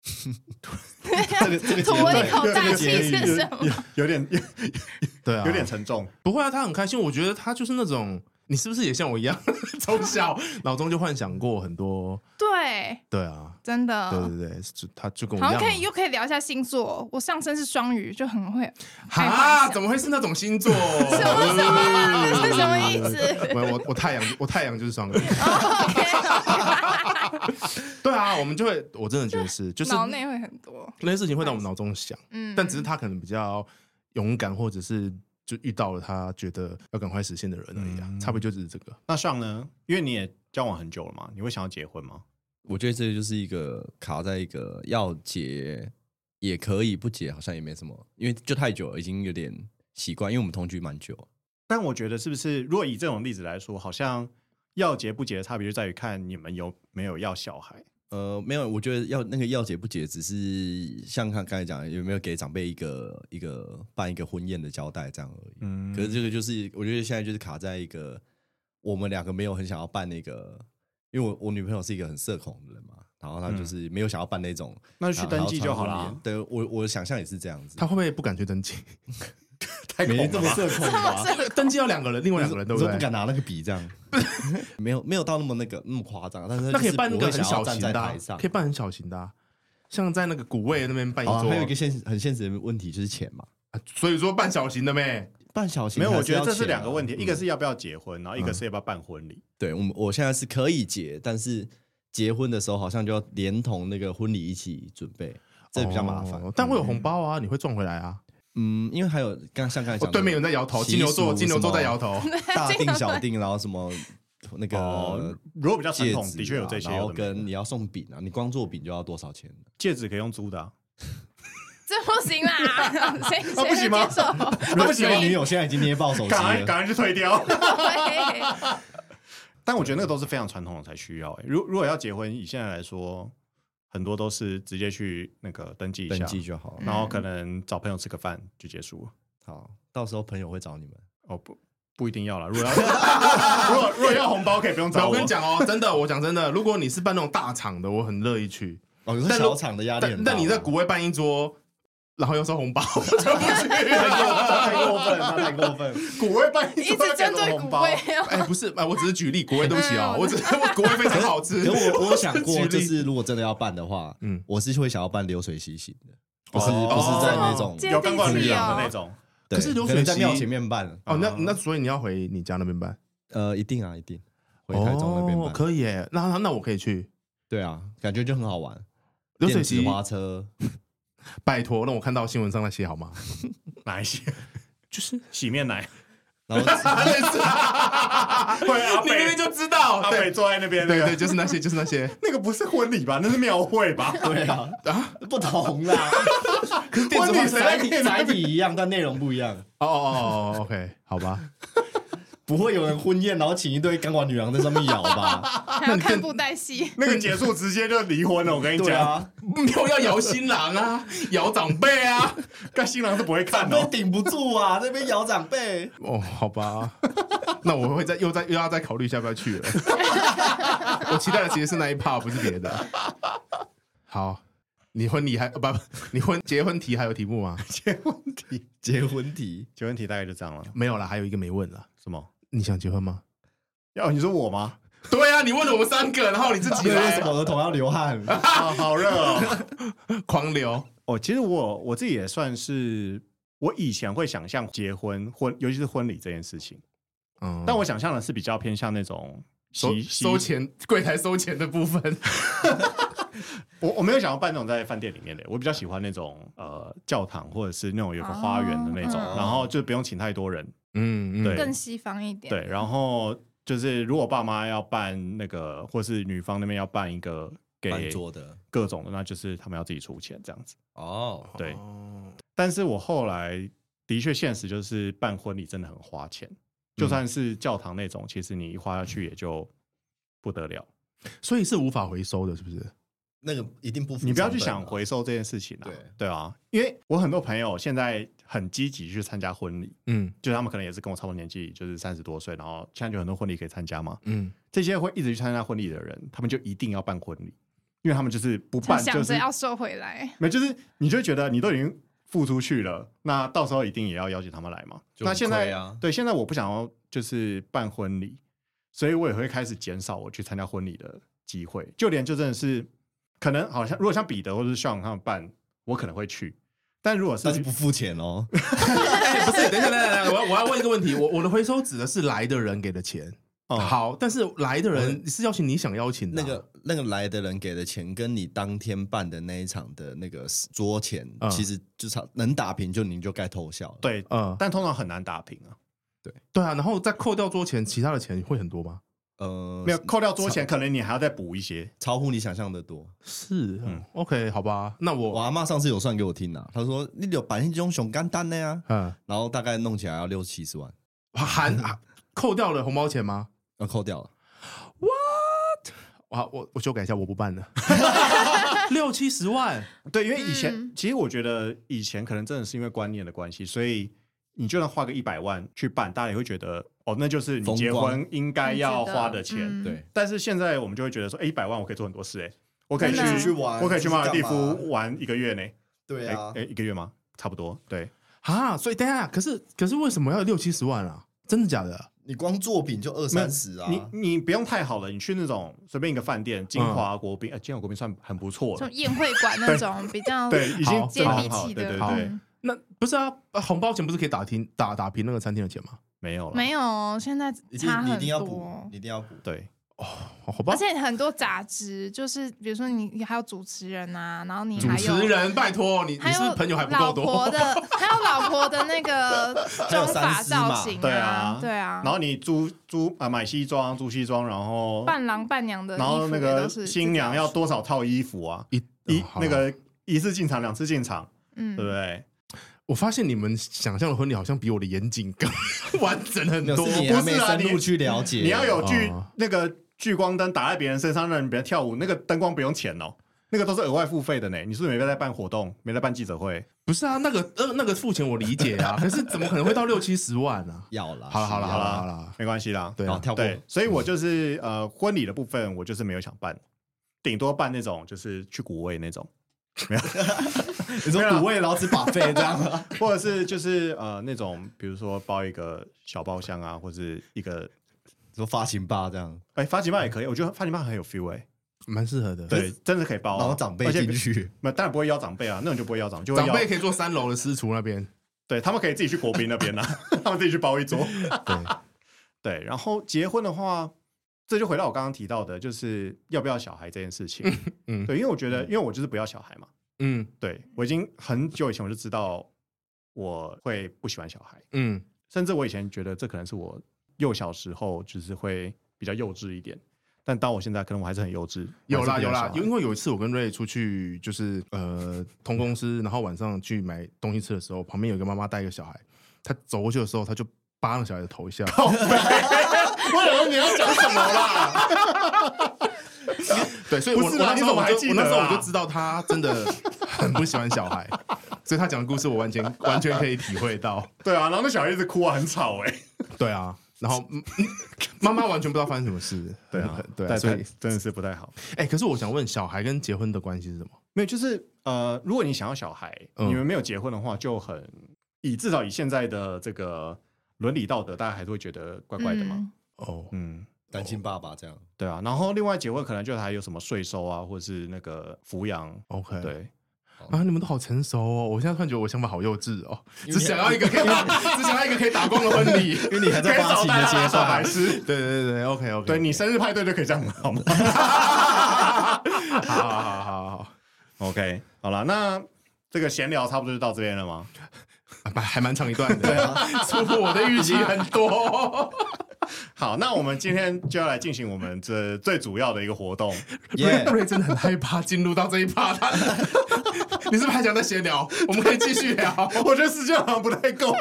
Speaker 4: 这 个这个
Speaker 5: 吐了一口
Speaker 1: 这
Speaker 5: 大
Speaker 1: 个
Speaker 5: 气
Speaker 1: 结语
Speaker 5: 是什么？
Speaker 1: 有有点有
Speaker 2: 对啊，
Speaker 1: 有 点沉重。
Speaker 2: 不会啊，他很开心。我觉得他就是那种，你是不是也像我一样， 从小脑中就幻想过很多？
Speaker 5: 对，
Speaker 2: 对啊，
Speaker 5: 真的。
Speaker 2: 对对对，就他就跟我
Speaker 5: 好
Speaker 2: 一样
Speaker 5: 像可
Speaker 2: 嘛
Speaker 5: 以。又可以聊一下星座，我上身是双鱼，就很会。开玩
Speaker 2: 哈，
Speaker 5: 笑
Speaker 2: 怎么会是那种星 座？
Speaker 5: 什
Speaker 2: 什
Speaker 5: 么什么啊？这是什么意思
Speaker 2: 我我我太阳我太阳就是双鱼，
Speaker 5: ？OK，
Speaker 2: 对啊，我们就会，我真的觉得 是，就是
Speaker 5: 脑内会很多。
Speaker 2: 那些事情会在我们脑中想，
Speaker 5: 嗯，
Speaker 2: 但只是他可能比较勇敢，或者是就遇到了他觉得要赶快实现的人而已啊，
Speaker 1: 嗯
Speaker 2: 差不多就只是这个。
Speaker 1: 那上呢？因为你也交往很久了嘛，你会想要结婚吗？
Speaker 4: 我觉得这个就是一个卡在一个要解也可以，不解好像也没什么，因为就太久了，已经有点习惯。因为我们同居蛮久，
Speaker 1: 但我觉得是不是，如果以这种例子来说，好像要结不结的差别就在于看你们有没有要小孩。
Speaker 4: 呃，没有，我觉得要那个要解不解，只是像他刚才讲的，有没有给长辈一个一个办一个婚宴的交代这样而已。
Speaker 1: 嗯
Speaker 4: 可是这个就是，我觉得现在就是卡在一个我们两个没有很想要办那个，因为我我女朋友是一个很社恐的人嘛，然后她
Speaker 5: 嗯
Speaker 4: 就是没有想要办那种，
Speaker 1: 那就去登记就好啦
Speaker 4: 了。对我我的想象也是这样子，
Speaker 2: 啊他会不会不敢去登 记？
Speaker 1: 太
Speaker 4: 没这么社恐 吧？
Speaker 2: 登记要两个人，另外两个人对不
Speaker 4: 你说
Speaker 2: 对
Speaker 4: 不？敢拿那个笔这样， 没有没有到那么那个那么夸张，啊但是
Speaker 2: 那可以办
Speaker 4: 就
Speaker 2: 一
Speaker 4: 是不
Speaker 2: 个
Speaker 4: 会
Speaker 2: 很
Speaker 4: 想
Speaker 2: 小
Speaker 4: 要站
Speaker 2: 型
Speaker 4: 在
Speaker 2: 的
Speaker 4: 台
Speaker 2: 啊、
Speaker 4: 上
Speaker 2: 可以。办很小型的、啊，像在那个古位那边办一
Speaker 4: 啊，
Speaker 2: 桌，
Speaker 4: 还有一个现很现实的问题就是钱嘛，
Speaker 2: 啊所以说办小型的呗。
Speaker 4: 办小型
Speaker 1: 没有，
Speaker 4: 还
Speaker 1: 我觉得
Speaker 4: 要
Speaker 1: 这是
Speaker 4: 钱
Speaker 1: 两个
Speaker 4: 啊
Speaker 1: 问题，
Speaker 4: 嗯
Speaker 1: 一个是要不要结婚，然后一个是要不要办婚礼。
Speaker 4: 对我们我现在是可以结，但是结婚的时候好像就要连同那个婚礼一起准备，这比较麻烦。
Speaker 2: 哦但会有红包啊，你会赚回来啊。
Speaker 4: 嗯，因为还有刚像刚
Speaker 2: 哦
Speaker 4: 才讲的、
Speaker 2: 对面有人在摇头，
Speaker 4: 习
Speaker 2: 金牛座，
Speaker 4: 俗
Speaker 2: 金牛座
Speaker 4: 什么
Speaker 2: 在摇头。
Speaker 4: 大定小定，然后什么那个、
Speaker 1: 哦，如果比较传
Speaker 4: 戒
Speaker 1: 统，
Speaker 4: 指、啊，
Speaker 1: 的确有这些
Speaker 4: 然
Speaker 1: 有的
Speaker 4: 后
Speaker 1: 没的。
Speaker 4: 跟你要送饼啊，你光做饼就要多少钱？
Speaker 1: 戒指可以用租的啊，
Speaker 5: 这不行啦，谁谁
Speaker 1: 啊不行
Speaker 5: 能
Speaker 1: 吗
Speaker 5: 接受？
Speaker 4: 如
Speaker 1: 啊不
Speaker 4: 果
Speaker 1: 行
Speaker 4: 你女友现在已经捏爆手机
Speaker 1: 赶快
Speaker 4: 了，
Speaker 1: 赶快去退掉。
Speaker 5: 对
Speaker 1: 但我觉得那个都是非常传统的才需要、欸。如如果要结婚，以现在来说，很多都是直接去那个登记一下，嗯
Speaker 4: 登记就嗯好了。
Speaker 1: 然后可能找朋友吃个饭就结束了。
Speaker 4: 好，到时候朋友会找你们。
Speaker 1: 哦不不一定要了，如果 要如果如果要红包可以不用找
Speaker 2: 我跟你，讲哦，真的，我讲真的，如果你是办那种大场的，我很乐意去。
Speaker 4: 哦，你说
Speaker 2: 但如
Speaker 4: 小厂的压力
Speaker 2: 但
Speaker 4: 很大哦
Speaker 2: 但
Speaker 4: 吗。
Speaker 2: 你在古位办一桌，然后又收红包，我就不去了。
Speaker 1: 太过分了，太过分。
Speaker 3: 古味办
Speaker 5: 一直针对
Speaker 3: 红
Speaker 5: 骨
Speaker 3: 包，
Speaker 5: 灰哦。
Speaker 2: 哎，不是，哎，我只是举例，古味对不起哦，
Speaker 5: 嗯
Speaker 2: 我只是我古味非常好吃。
Speaker 4: 可我我有想过，
Speaker 2: 举
Speaker 4: 就
Speaker 2: 例
Speaker 4: 是如果真的要办的话，
Speaker 2: 嗯
Speaker 4: 嗯，我是会想要办流水席型的，不是、
Speaker 1: 哦
Speaker 4: 不是在那种
Speaker 5: 哦，接
Speaker 1: 有跟过
Speaker 5: 地
Speaker 1: 女
Speaker 5: 气
Speaker 1: 友的
Speaker 5: 哦
Speaker 1: 那种，
Speaker 4: 对
Speaker 2: 可是流水席
Speaker 4: 能在庙前面办，
Speaker 2: 哦，那那所以你要回你家那边办，
Speaker 4: 呃，一定啊，一定回台中那边办，
Speaker 2: 哦可以耶。那那那我可以去
Speaker 4: 对啊，感觉就很好玩。
Speaker 2: 流水
Speaker 4: 电子
Speaker 2: 席，
Speaker 4: 花车，
Speaker 2: 拜托让我看到新闻上那些好吗？
Speaker 1: 哪一些？
Speaker 2: 就是
Speaker 1: 洗面奶，
Speaker 4: 然后
Speaker 2: 认识，
Speaker 1: 对啊，
Speaker 2: 你明明就知道，
Speaker 1: 阿
Speaker 2: 对
Speaker 1: 北坐在那边那
Speaker 2: 对
Speaker 1: 个
Speaker 2: 对，就是那些，就是那些。
Speaker 1: 那个不是婚礼吧？那是庙会吧？
Speaker 4: 对啊，不同啦，
Speaker 2: 可是电子
Speaker 1: 婚
Speaker 2: 花
Speaker 1: 礼
Speaker 2: 车
Speaker 1: 谁在
Speaker 4: 载体载体一样，但内容不一样。
Speaker 2: 哦哦哦哦，OK，好吧。
Speaker 4: 不会有人婚宴，然后请一堆钢管女郎在上面摇 吧？
Speaker 5: 还要看布袋戏，
Speaker 1: 那个结束直接就离婚了，我跟你
Speaker 4: 对
Speaker 1: 讲，
Speaker 4: 啊，
Speaker 2: 没有要摇新郎啊，摇长辈啊。
Speaker 1: 但新郎是不会看
Speaker 4: 长
Speaker 1: 的哦
Speaker 4: 辈。顶不住啊，那边摇长辈。
Speaker 2: 哦，好吧， 那我会再又再又要再考虑一下要不要去了。 我期待的其实是那一 part，不是别的。好，你婚礼还呃不不，你婚结婚题还有题目吗？
Speaker 4: 结婚题，
Speaker 1: 结婚题大概就这样了。
Speaker 2: 没有啦，还有一个没问了。
Speaker 1: 什么？
Speaker 2: 你想结婚吗？
Speaker 1: 哦要你说我吗？
Speaker 2: 对啊，你问了我们三个，然后你自己
Speaker 4: 为什
Speaker 2: 来
Speaker 4: 么儿童要流汗？
Speaker 1: 啊，好热哦！
Speaker 2: 狂流。
Speaker 1: 哦，其实我我自己也算是，我以前会想象结婚婚，尤其是婚礼这件事情，
Speaker 2: 嗯，
Speaker 1: 但我想象的是比较偏向那种
Speaker 2: 收
Speaker 1: 喜
Speaker 2: 收。钱柜台收钱的部分，
Speaker 1: 喜我我没有想要办那种在饭店里面的，我比较喜欢那种呃教堂或者是那种有个花园的那种，
Speaker 5: 哦嗯
Speaker 1: 然后就不用请太多人，
Speaker 2: 嗯
Speaker 1: 对
Speaker 5: 更西方一点。
Speaker 1: 对，然后就是如果爸妈要办那个，或是女方那边要办一个给
Speaker 4: 蛮多的
Speaker 1: 各种的，那就是他们要自己出钱这样子。
Speaker 4: 哦。
Speaker 1: 对，但是我后来的确现实就是办婚礼真的很花钱，就算是教堂那种，其实你一花下去也就不得了。
Speaker 2: 所以是无法回收的，是不是？
Speaker 4: 那个一定不符
Speaker 1: 你不要去
Speaker 4: 成本
Speaker 1: 想
Speaker 4: 啊
Speaker 1: 回收这件事情啊
Speaker 4: 对，
Speaker 1: 对啊，因为我很多朋友现在很积极去参加婚礼，
Speaker 2: 嗯
Speaker 1: 就他们可能也是跟我差不多年纪，就是三十多岁，然后现在就很多婚礼可以参加嘛。
Speaker 2: 嗯，
Speaker 1: 这些会一直去参加婚礼的人，他们就一定要办婚礼，因为他们就是不
Speaker 5: 就
Speaker 1: 办就
Speaker 5: 想
Speaker 1: 是
Speaker 5: 着要收回来，
Speaker 1: 没，就是你就会觉得你都已经付出去了，那到时候一定也要邀请他们来嘛。
Speaker 4: 就
Speaker 1: 那
Speaker 4: 很
Speaker 1: 现在
Speaker 4: 亏啊
Speaker 1: 对，现在我不想要就是办婚礼，所以我也会开始减少我去参加婚礼的机会，就连就真的是可能好像如果像彼得或者是像他们办，我可能会去，但如果是
Speaker 4: 但是不付钱哦。
Speaker 2: 哎， 不是，等一下，等一下，等一下我要我要问一个问题，我我的回收指的是来的人给的钱，
Speaker 1: 哦
Speaker 2: 好，但是来的人是邀请你想邀请的
Speaker 4: 那
Speaker 2: 啊，
Speaker 4: 个那个来的人给的钱，跟你当天办的那一场的那个桌钱，
Speaker 2: 嗯
Speaker 4: 其实就差能打平就您就该偷笑了。，
Speaker 1: 对，
Speaker 2: 嗯，
Speaker 1: 但通常很难打平
Speaker 4: 呃
Speaker 1: 啊。
Speaker 2: 对啊，然后再扣掉桌钱，其他的钱会很多吗？
Speaker 4: 呃，
Speaker 1: 没有扣掉桌钱，可能你还要再补一些。
Speaker 4: 超乎你想象的多。
Speaker 2: 是，嗯
Speaker 1: 嗯
Speaker 2: ，OK，好吧，那
Speaker 4: 我
Speaker 2: 我，
Speaker 4: 阿妈上次有算给我听啊，她说你有百姓中熊干单的呀，
Speaker 2: 嗯，
Speaker 4: 然后大概弄起来要六七十万，
Speaker 2: 含含扣掉了红包钱吗？
Speaker 4: 要扣掉了。
Speaker 2: 哇，我我修改一下，我不办了，六七十万，
Speaker 1: 对，因为以前、
Speaker 5: 嗯
Speaker 1: 其实我觉得以前可能真的是因为观念的关系，所以你就算花个一百万去办，大家也会觉得哦，那就是你
Speaker 4: 风
Speaker 1: 结
Speaker 4: 光
Speaker 1: 婚应该要花的钱。
Speaker 5: 嗯
Speaker 4: 对，
Speaker 1: 但是现在我们就会觉得说，哎，一百万我可以做很多事、哎，我可以
Speaker 5: 真的啊
Speaker 1: 去
Speaker 5: 去
Speaker 4: 玩
Speaker 1: 我可以去啊马尔
Speaker 4: 去
Speaker 1: 蒂
Speaker 4: 干嘛
Speaker 1: 夫玩一个月呢。
Speaker 4: 对啊
Speaker 1: 哎、哎，一个月吗？差不多。对，
Speaker 2: 啊，所以等一下，可是可是为什么要六七十万啊？真的假的？
Speaker 4: 你光作品就二
Speaker 1: 没有
Speaker 4: 三十啊，
Speaker 1: 你你不用太好了，你去那种随便一个饭店，金华国
Speaker 4: 嗯
Speaker 1: 宾，哎、金华国宾算很不错
Speaker 5: 这种
Speaker 1: 了。
Speaker 5: 宴会馆那种比较
Speaker 1: 对，已经
Speaker 2: 好
Speaker 1: 正
Speaker 5: 接
Speaker 1: 常
Speaker 5: 地
Speaker 1: 好，
Speaker 5: 气
Speaker 1: 对对
Speaker 5: 的，
Speaker 1: 对，
Speaker 5: 嗯
Speaker 2: 那不是啊，呃红包钱不是可以打听打打平那个餐厅的钱吗？
Speaker 1: 没有了，
Speaker 5: 没有，现在
Speaker 4: 一定
Speaker 5: 差
Speaker 4: 你一定
Speaker 5: 很
Speaker 4: 要补
Speaker 5: 多，。
Speaker 4: 你一定要补。
Speaker 1: 对，
Speaker 2: 好好吧
Speaker 5: 而，且很多杂志，就是比如说你你还有主持人啊，然后你
Speaker 2: 主
Speaker 5: 还有
Speaker 2: 持人，拜托你，你
Speaker 5: 还
Speaker 2: 是不
Speaker 5: 有
Speaker 2: 是朋友还不
Speaker 5: 老
Speaker 2: 够多？
Speaker 5: 婆的，还有老婆的那 个妆发造型
Speaker 1: 对啊，
Speaker 5: 对啊，
Speaker 1: 然后你租租啊买西装、租西装，然后
Speaker 5: 伴郎伴娘的衣
Speaker 1: 然后
Speaker 5: 服
Speaker 1: 那
Speaker 5: 也
Speaker 1: 个
Speaker 5: 都是自己
Speaker 1: 新娘要
Speaker 5: 出
Speaker 1: 多少套衣服啊？
Speaker 2: 一
Speaker 1: 一
Speaker 2: 哦好
Speaker 1: 那
Speaker 2: 吧
Speaker 1: 个一次进场、两次进场，
Speaker 5: 嗯
Speaker 1: 对不对？
Speaker 2: 我发现你们想象的婚礼好像比我的严谨更完整很
Speaker 4: 没有
Speaker 2: 多。
Speaker 4: 是你
Speaker 1: 不
Speaker 4: 还
Speaker 1: 是
Speaker 4: 没
Speaker 1: 啊
Speaker 4: 深入
Speaker 1: 你
Speaker 4: 去了解，
Speaker 1: 你要有聚
Speaker 2: 哦
Speaker 1: 那个聚光灯打在别人身上，让别人跳舞，那个灯光不用钱哦，那个都是额外付费的呢。你是不是没在办活动，没在办记者会？
Speaker 2: 不是啊，那个呃那个付钱我理解啊，可是怎么可能会到六七十万啊？
Speaker 4: 要啦。
Speaker 2: 好了好了
Speaker 4: 是
Speaker 2: 好
Speaker 4: 要啦
Speaker 2: 了好了，
Speaker 1: 没关系啦，
Speaker 2: 对
Speaker 4: 好
Speaker 2: 啊，
Speaker 4: 跳过。
Speaker 1: 对，所以我就是呃婚礼的部分，我就是没有想办，顶多办那种就是去古味那种。
Speaker 4: 你说补位，然后只把费这 样吗？
Speaker 1: 或者是就是呃那种，比如说包一个小包厢啊，或是一个
Speaker 4: 你说发行吧这样，
Speaker 1: 哎、发起棒也可以，我觉得发起棒很有 feel 哎、
Speaker 2: 蛮适合的。
Speaker 1: 对，，真的可以包、啊，
Speaker 4: 然后长辈
Speaker 1: 而且
Speaker 4: 进去，
Speaker 1: 那当然不会邀长辈啊，那种就不会邀长，就会
Speaker 2: 长
Speaker 1: 邀
Speaker 2: 辈可以坐三楼的私厨那边。
Speaker 1: 对他们可以自己去国宾那边啊， 他们自己去包一桌，
Speaker 2: 对，
Speaker 1: 对，然后结婚的话，这就回到我刚刚提到的，就是要不要小孩这件事情，
Speaker 2: 嗯
Speaker 1: 对，因为我觉得，因为我就是不要小孩嘛，
Speaker 2: 嗯
Speaker 1: 对我已经很久以前我就知道我会不喜欢小孩，
Speaker 2: 嗯
Speaker 1: 甚至我以前觉得这可能是我幼小时候就是会比较幼稚一点，但当我现在可能我还是很幼稚。
Speaker 2: 有啦
Speaker 1: 还是
Speaker 2: 有
Speaker 1: 比较小
Speaker 2: 啦，
Speaker 1: 啊
Speaker 2: 因为有一次我跟瑞出去，就是呃同公司，然后晚上去买东西吃的时候，旁边有一个妈妈带一个小孩，她走过去的时候，她就扒了小孩的头一下。
Speaker 1: 我想说你要讲什么啦？
Speaker 2: 对，所以我
Speaker 1: 不是
Speaker 2: 我
Speaker 1: 啦
Speaker 2: 那时
Speaker 1: 你怎
Speaker 2: 候
Speaker 1: 么
Speaker 2: 我
Speaker 1: 还
Speaker 2: 就
Speaker 1: 记
Speaker 2: 我
Speaker 1: 得
Speaker 2: 那时候
Speaker 1: 啊
Speaker 2: 我就知道她真的很不喜欢小孩，所以她讲的故事我完全完全可以体会到。
Speaker 1: 对啊，然后那小孩一直哭啊，很吵哎、
Speaker 2: 对啊，然后嗯嗯妈妈完全不知道发生什 么事。对啊，
Speaker 1: 但
Speaker 2: 所以
Speaker 1: 但真的是不太好。
Speaker 2: 哎、可是我想问，小孩跟结婚的关系是什么？
Speaker 1: 没有，就是呃，如果你想要小孩，
Speaker 2: 嗯
Speaker 1: 你们没有结婚的话，就很以至少以现在的这个伦理道德，大家还是会觉得怪怪的嘛。
Speaker 5: 嗯
Speaker 2: 哦，
Speaker 1: 嗯，
Speaker 4: 单亲爸爸这样。
Speaker 1: 对啊。然后另外结婚可能就还有什么税收啊，或者是那个抚养，
Speaker 2: OK，
Speaker 1: 对，
Speaker 2: 啊，你们都好成熟哦！我现在突然觉得我想法好幼稚哦，
Speaker 4: 因
Speaker 2: 只
Speaker 4: 为
Speaker 2: 想要一个可以打，只想要一个可以打工的婚 礼。
Speaker 4: 因为你还在发情的阶段，
Speaker 2: 是，对对对，OK OK，
Speaker 1: 对你生日派对就可以这样了，好吗？
Speaker 2: 好好好好好
Speaker 1: OK，好 了，那这个闲聊差不多就到这边了吗？
Speaker 2: 啊，还蛮长一段的，
Speaker 1: 啊
Speaker 2: 出乎我的预期很多。
Speaker 1: 好，那我们今天就要来进行我们这最主要的一个活动。
Speaker 4: 耶！
Speaker 2: 瑞真的很害怕进入到这一趴，他 你是不是还想再闲聊？我们可以继续聊。
Speaker 1: 我觉得时间好像不太够。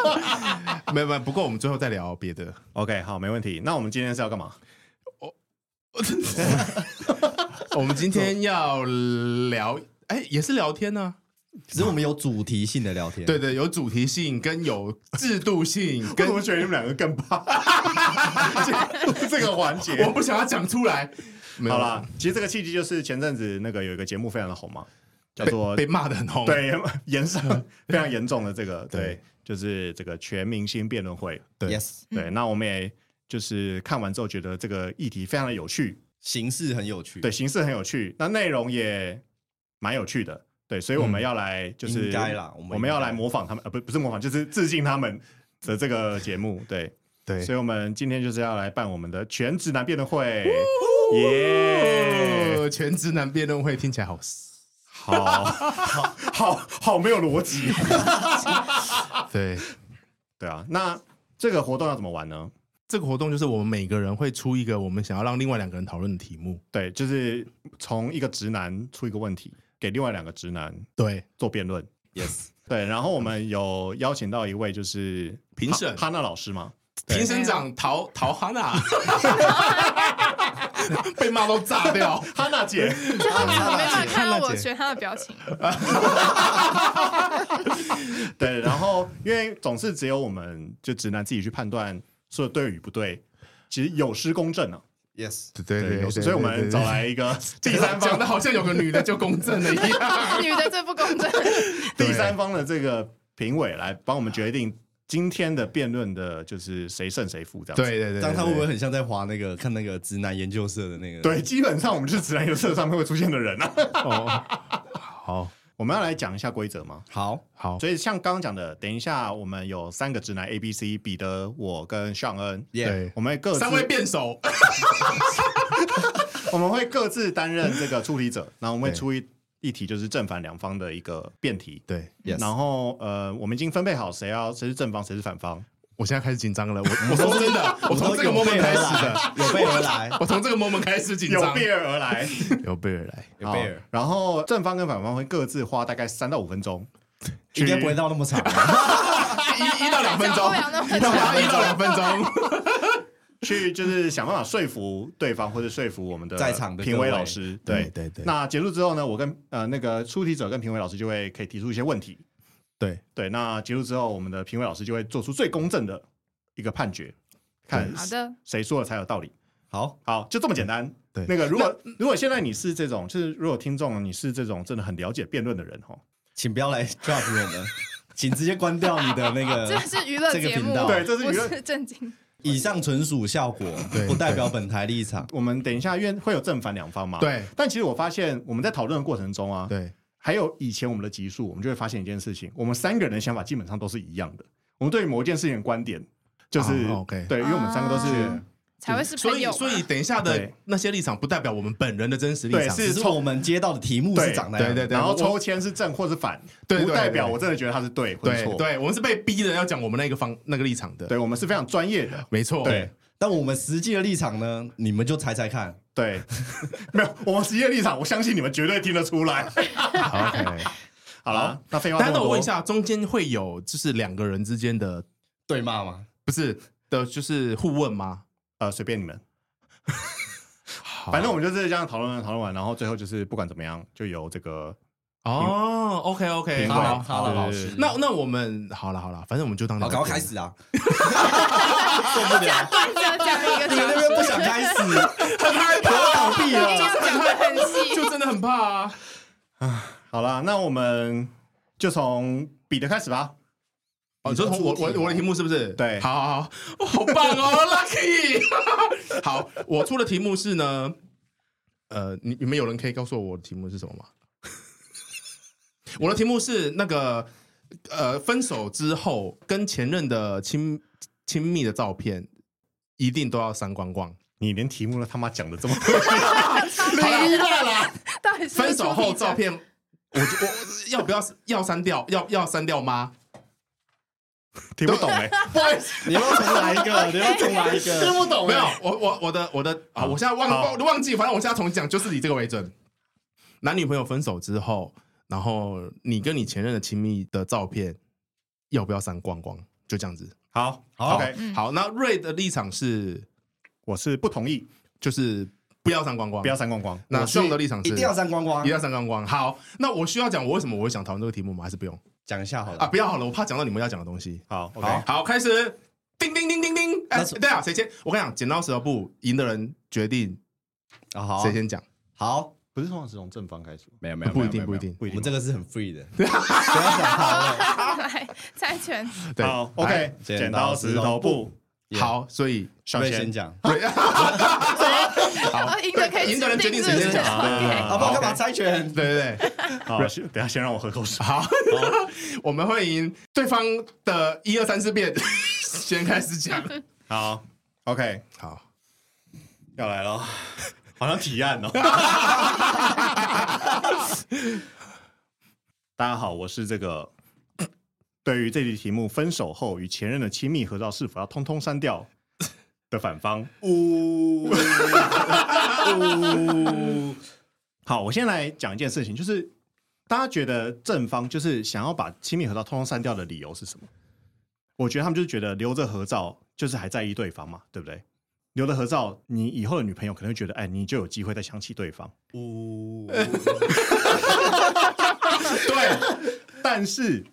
Speaker 2: 没有没有，不过我们最后再聊别的。
Speaker 1: OK，好，没问题。那我们今天是要干嘛？
Speaker 2: 我们今天要聊，哎、也是聊天呢、
Speaker 4: 只是我们有主题性的聊天。
Speaker 2: 对，对，有主题性，跟有制度 性，
Speaker 1: 跟
Speaker 2: 跟
Speaker 1: 我觉得你们两个更棒， 这个环节
Speaker 2: 我不想要讲出来。没有
Speaker 1: 好啦，其实这个契机就是前阵子那个有一个节目非常的红嘛，叫做
Speaker 2: 被被骂的很红。，
Speaker 1: 对 严上非常严重的这个
Speaker 2: 对
Speaker 1: 对，就是这个全明星辩论会。
Speaker 2: 对
Speaker 4: yes，
Speaker 1: 对，那我们也就是看完之后觉得这个议题非常的有趣，
Speaker 4: 形式很有趣。
Speaker 1: 对，，形式很有趣，那内容也蛮有趣的。对，所以我们要来就是
Speaker 4: 嗯应该啦我们
Speaker 1: 我们要
Speaker 4: 应该
Speaker 1: 来模仿他们，呃，不不是模仿，就是致敬他们的这个节 目。对，
Speaker 2: 对
Speaker 1: 所以我们今天就是要来办我们的全直男辩论会，耶！
Speaker 2: 呃，全直男辩论会听起来好
Speaker 1: 好好好好没有逻辑。
Speaker 2: 对，
Speaker 1: 对啊，那这个活动要怎么玩呢？
Speaker 2: 这个活动就是我们每个人会出一个我们想要让另外两个人讨论的题目。
Speaker 1: 对，就是从一个直男出一个问题，给另外两个直男
Speaker 2: 对，
Speaker 1: 做辩论。
Speaker 4: ，yes，
Speaker 1: 对，然后我们有邀请到一位就是
Speaker 2: 评审
Speaker 1: 哈哈娜老师嘛，
Speaker 2: 评审长陶陶 哈娜被骂到炸掉。
Speaker 1: 哈娜姐，
Speaker 5: 他没有没
Speaker 1: 啊
Speaker 5: 办法看
Speaker 2: 看
Speaker 5: 到
Speaker 2: 娜
Speaker 5: 我
Speaker 2: 姐
Speaker 5: 学他的表情，
Speaker 1: 对，然后因为总是只有我们就直男自己去判断说对与不对，其实有失公正啊，
Speaker 4: yes，
Speaker 2: 对对
Speaker 1: 有失所以我们找来一个 第三
Speaker 2: 讲
Speaker 1: 方
Speaker 2: 的好像有个女的就公正了一样。
Speaker 5: 女的最不公 正。
Speaker 1: 第三方的这个评委来帮我们决定今天的辩论的就是谁胜谁负这样子。
Speaker 2: 对对对，
Speaker 4: 这样他会不
Speaker 2: 对
Speaker 4: 会很像在划那个看那个直男研究社的那个？
Speaker 1: 对，基本上我们就是直男游社上面会出现的人 啊。
Speaker 2: 哦，好
Speaker 1: 我们要来讲一下规则吗？
Speaker 4: 好，
Speaker 2: 好
Speaker 1: 所以像刚刚讲的，等一下我们有三个直男 A、B、C，彼得、我跟尚恩，
Speaker 4: 耶，
Speaker 2: 对，
Speaker 1: 我们各自
Speaker 2: 三位辩手，
Speaker 1: 我们会各自担任这个出题 者，然后我们会
Speaker 2: 对
Speaker 1: 出一一题就是正反两方的一个辩题。
Speaker 2: 对
Speaker 4: Yes
Speaker 1: 然后呃，我们已经分配好谁要谁是正方，谁是反方。
Speaker 2: 我现在开始紧张了。我我说真的，我从这个 moment 开始的，，
Speaker 4: 有备而来，
Speaker 2: 我从这个 moment 开始紧
Speaker 1: 有
Speaker 2: 张。
Speaker 1: 备而来。
Speaker 2: 有备而来，
Speaker 4: 有备而，
Speaker 1: 然后正方跟反方会各自花大概三到五分钟，
Speaker 4: 应该不会到那么长。
Speaker 2: 一一到两分
Speaker 5: 讲
Speaker 2: 钟
Speaker 5: 不，了那么
Speaker 2: 一到
Speaker 5: 久
Speaker 2: 一到两分钟。
Speaker 1: 去就是想办法说服对方，或者说服我们的
Speaker 4: 在场的各位
Speaker 1: 评委老师。对
Speaker 2: 对对对
Speaker 1: 那结束之后呢，我跟呃那个出题者跟评委老师就会可以提出一些问题。
Speaker 2: 对
Speaker 1: 对，那结束之后，我们的评委老师就会做出最公正的一个判决，看
Speaker 5: 好的，
Speaker 1: 谁说的才有道理。
Speaker 4: 好，
Speaker 1: 好，就这么简单。
Speaker 2: 对
Speaker 1: 那个如果如果现在你是这种，就是如果听众你是这种真的很了解辩论的人哦，
Speaker 4: 请不要来 drop 我们，请直接关掉你的那
Speaker 5: 这
Speaker 4: 个。
Speaker 5: 是娱
Speaker 2: 呃
Speaker 5: 乐
Speaker 4: 这个
Speaker 5: 节
Speaker 4: 频
Speaker 5: 目，
Speaker 4: 道
Speaker 1: 对这是娱乐
Speaker 5: 不是正经。
Speaker 4: 以上纯属效果，
Speaker 2: 对
Speaker 4: 不代表本台立场。
Speaker 1: 我们等一下因为会有正反两方嘛。。
Speaker 2: 对
Speaker 1: 但其实我发现我们在讨论的过程中啊，
Speaker 2: 对
Speaker 1: 还有以前我们的集数，我们就会发现一件事情：我们三个人的想法基本上都是一样的。我们对于某一件事情的观点，就是、
Speaker 2: 啊，OK
Speaker 1: 对，因为我们三个都是、
Speaker 5: 啊才会是
Speaker 2: 所
Speaker 5: 朋
Speaker 2: 以
Speaker 5: 友嘛。啊
Speaker 2: 所以等一下的
Speaker 1: 对
Speaker 2: 那些立场不代表我们本人的真实立场，
Speaker 1: 对
Speaker 4: 只是我们接到的题目是长那样的，
Speaker 2: 对对对
Speaker 1: 然后抽签是正或是反，
Speaker 2: 对对
Speaker 1: 不代表
Speaker 2: 对
Speaker 1: 我真的觉得他是对或是
Speaker 2: 对
Speaker 1: 错。
Speaker 2: 对，我们是被逼的要讲我们那个方那个立场的，
Speaker 1: 对，我们是非常专业的。
Speaker 2: 没错，
Speaker 1: 对
Speaker 4: 但我们实际的立场呢，你们就猜猜看。
Speaker 1: 对，没有我们职业立场，我相信你们绝对听得出 来。
Speaker 2: 好，OK。
Speaker 1: 好了，那废话这
Speaker 2: 但
Speaker 1: 么
Speaker 2: 等
Speaker 1: 多，
Speaker 2: 我问一下，中间会有就是两个人之间的
Speaker 4: 对骂吗？
Speaker 2: 不是的，就是互问吗？
Speaker 1: 呃，随便你们，
Speaker 2: 好
Speaker 1: 反正我们就是这样讨论讨论完，然后最后就是不管怎么样，就由这个
Speaker 2: 哦，OK OK，
Speaker 1: 评委
Speaker 2: 好，
Speaker 4: 好了，老师，
Speaker 2: 那那我们好了好了，反正我们就当
Speaker 4: 好，
Speaker 2: 聊天
Speaker 4: 赶 快开始 啊！受不了，
Speaker 5: 一定要讲一个
Speaker 4: 你们那
Speaker 5: 小
Speaker 4: 边不想开始，
Speaker 2: 很 害怕，
Speaker 5: 一定要讲的很细。
Speaker 2: 啊就真的很怕啊。
Speaker 1: 好了，那我们就从彼得开始吧。
Speaker 2: 哦，你说从我我我的题目是不是？
Speaker 1: 对
Speaker 2: 好好好，哦好棒哦 ，Lucky。好，我出的题目是呢，呃，你你们有人可以告诉我我的题目是什么吗？我的题目是那个呃，分手之后跟前任的亲亲密的照片，一定都要删光光。
Speaker 1: 你连题目都他妈讲的这么，
Speaker 5: 没了啦，啊到底是不是
Speaker 2: 分手
Speaker 5: 出
Speaker 2: 后
Speaker 5: 题
Speaker 2: 照片，我就我要不要要删掉？要要删掉吗？
Speaker 1: 听不懂哎、
Speaker 4: 你要不要重来一个，你要不要欸重来 一
Speaker 2: 听
Speaker 4: 个。
Speaker 2: 不懂没有？我我我的我的啊，我现在忘
Speaker 1: 好
Speaker 2: 忘忘记，反正我现在重讲，就是以这个为准。男女朋友分手之后，然后你跟你前任的亲密的照片要不要删光光？就这样子。
Speaker 1: 好
Speaker 2: 好
Speaker 1: ，OK，
Speaker 4: 嗯
Speaker 2: 好，那瑞的立场是
Speaker 1: 我是不同意，
Speaker 2: 就是不要删光光，
Speaker 1: 不要。删光光。
Speaker 2: 那
Speaker 4: 我是
Speaker 2: 宋的立场是
Speaker 4: 一定要删光光
Speaker 2: 一定，要删光光。好，那我需要讲我为什么我会想讨论这个题目吗？还是不用
Speaker 4: 讲一下好了
Speaker 2: 啊？不要好了，我怕讲到你们要讲的东西。
Speaker 1: 好，OK，
Speaker 2: 好好，开始，叮叮叮叮叮。哎、
Speaker 4: 那是
Speaker 2: 对啊，谁先？我跟你讲，剪刀石头布，赢的人决定
Speaker 4: 啊好
Speaker 2: 谁先讲，
Speaker 4: 好，
Speaker 1: 不是通常是从正方开始吗？
Speaker 4: 没有没有，
Speaker 2: 不一定
Speaker 4: 没有
Speaker 2: 不一定
Speaker 4: 没有我们这个是很 free 的，
Speaker 5: 来猜拳，
Speaker 2: 对，
Speaker 1: 好
Speaker 2: 来
Speaker 1: ，OK，
Speaker 4: 剪
Speaker 1: 剪
Speaker 4: 刀
Speaker 1: 刀
Speaker 4: 石
Speaker 1: 石
Speaker 4: 头
Speaker 1: 头
Speaker 4: 布
Speaker 1: 布，
Speaker 2: 好，所以
Speaker 1: 小
Speaker 4: 瑞
Speaker 1: 贤
Speaker 4: 先讲，
Speaker 5: 哦赢的可以
Speaker 2: 赢的人决定
Speaker 5: 指
Speaker 2: 谁先
Speaker 5: 定
Speaker 2: 讲
Speaker 5: 是不是
Speaker 1: 啊
Speaker 5: ，OK
Speaker 4: 好不好？干嘛猜拳？
Speaker 2: 对对对，
Speaker 1: 好，先等一下先让我喝口水。
Speaker 2: 好，我们会赢对方的一二三四遍，先开始 讲。
Speaker 1: 好，OK，
Speaker 2: 好，
Speaker 1: 要来了， 好像提案 哦。大家好，我是这个。 对于这题题目，分手后与前任的亲密合照是否要通通删掉的反方，
Speaker 4: 呜呜，
Speaker 1: 好，我先来讲一件事情，就是大家觉得正方就是想要把亲密合照通通删掉的理由是什么？我觉得他们就是觉得留着合照就是还在意对方嘛，对不对？留着合照，你以后的女朋友可能会觉得，哎，你就有机会再想起对方。
Speaker 4: 呜，
Speaker 1: 对，但是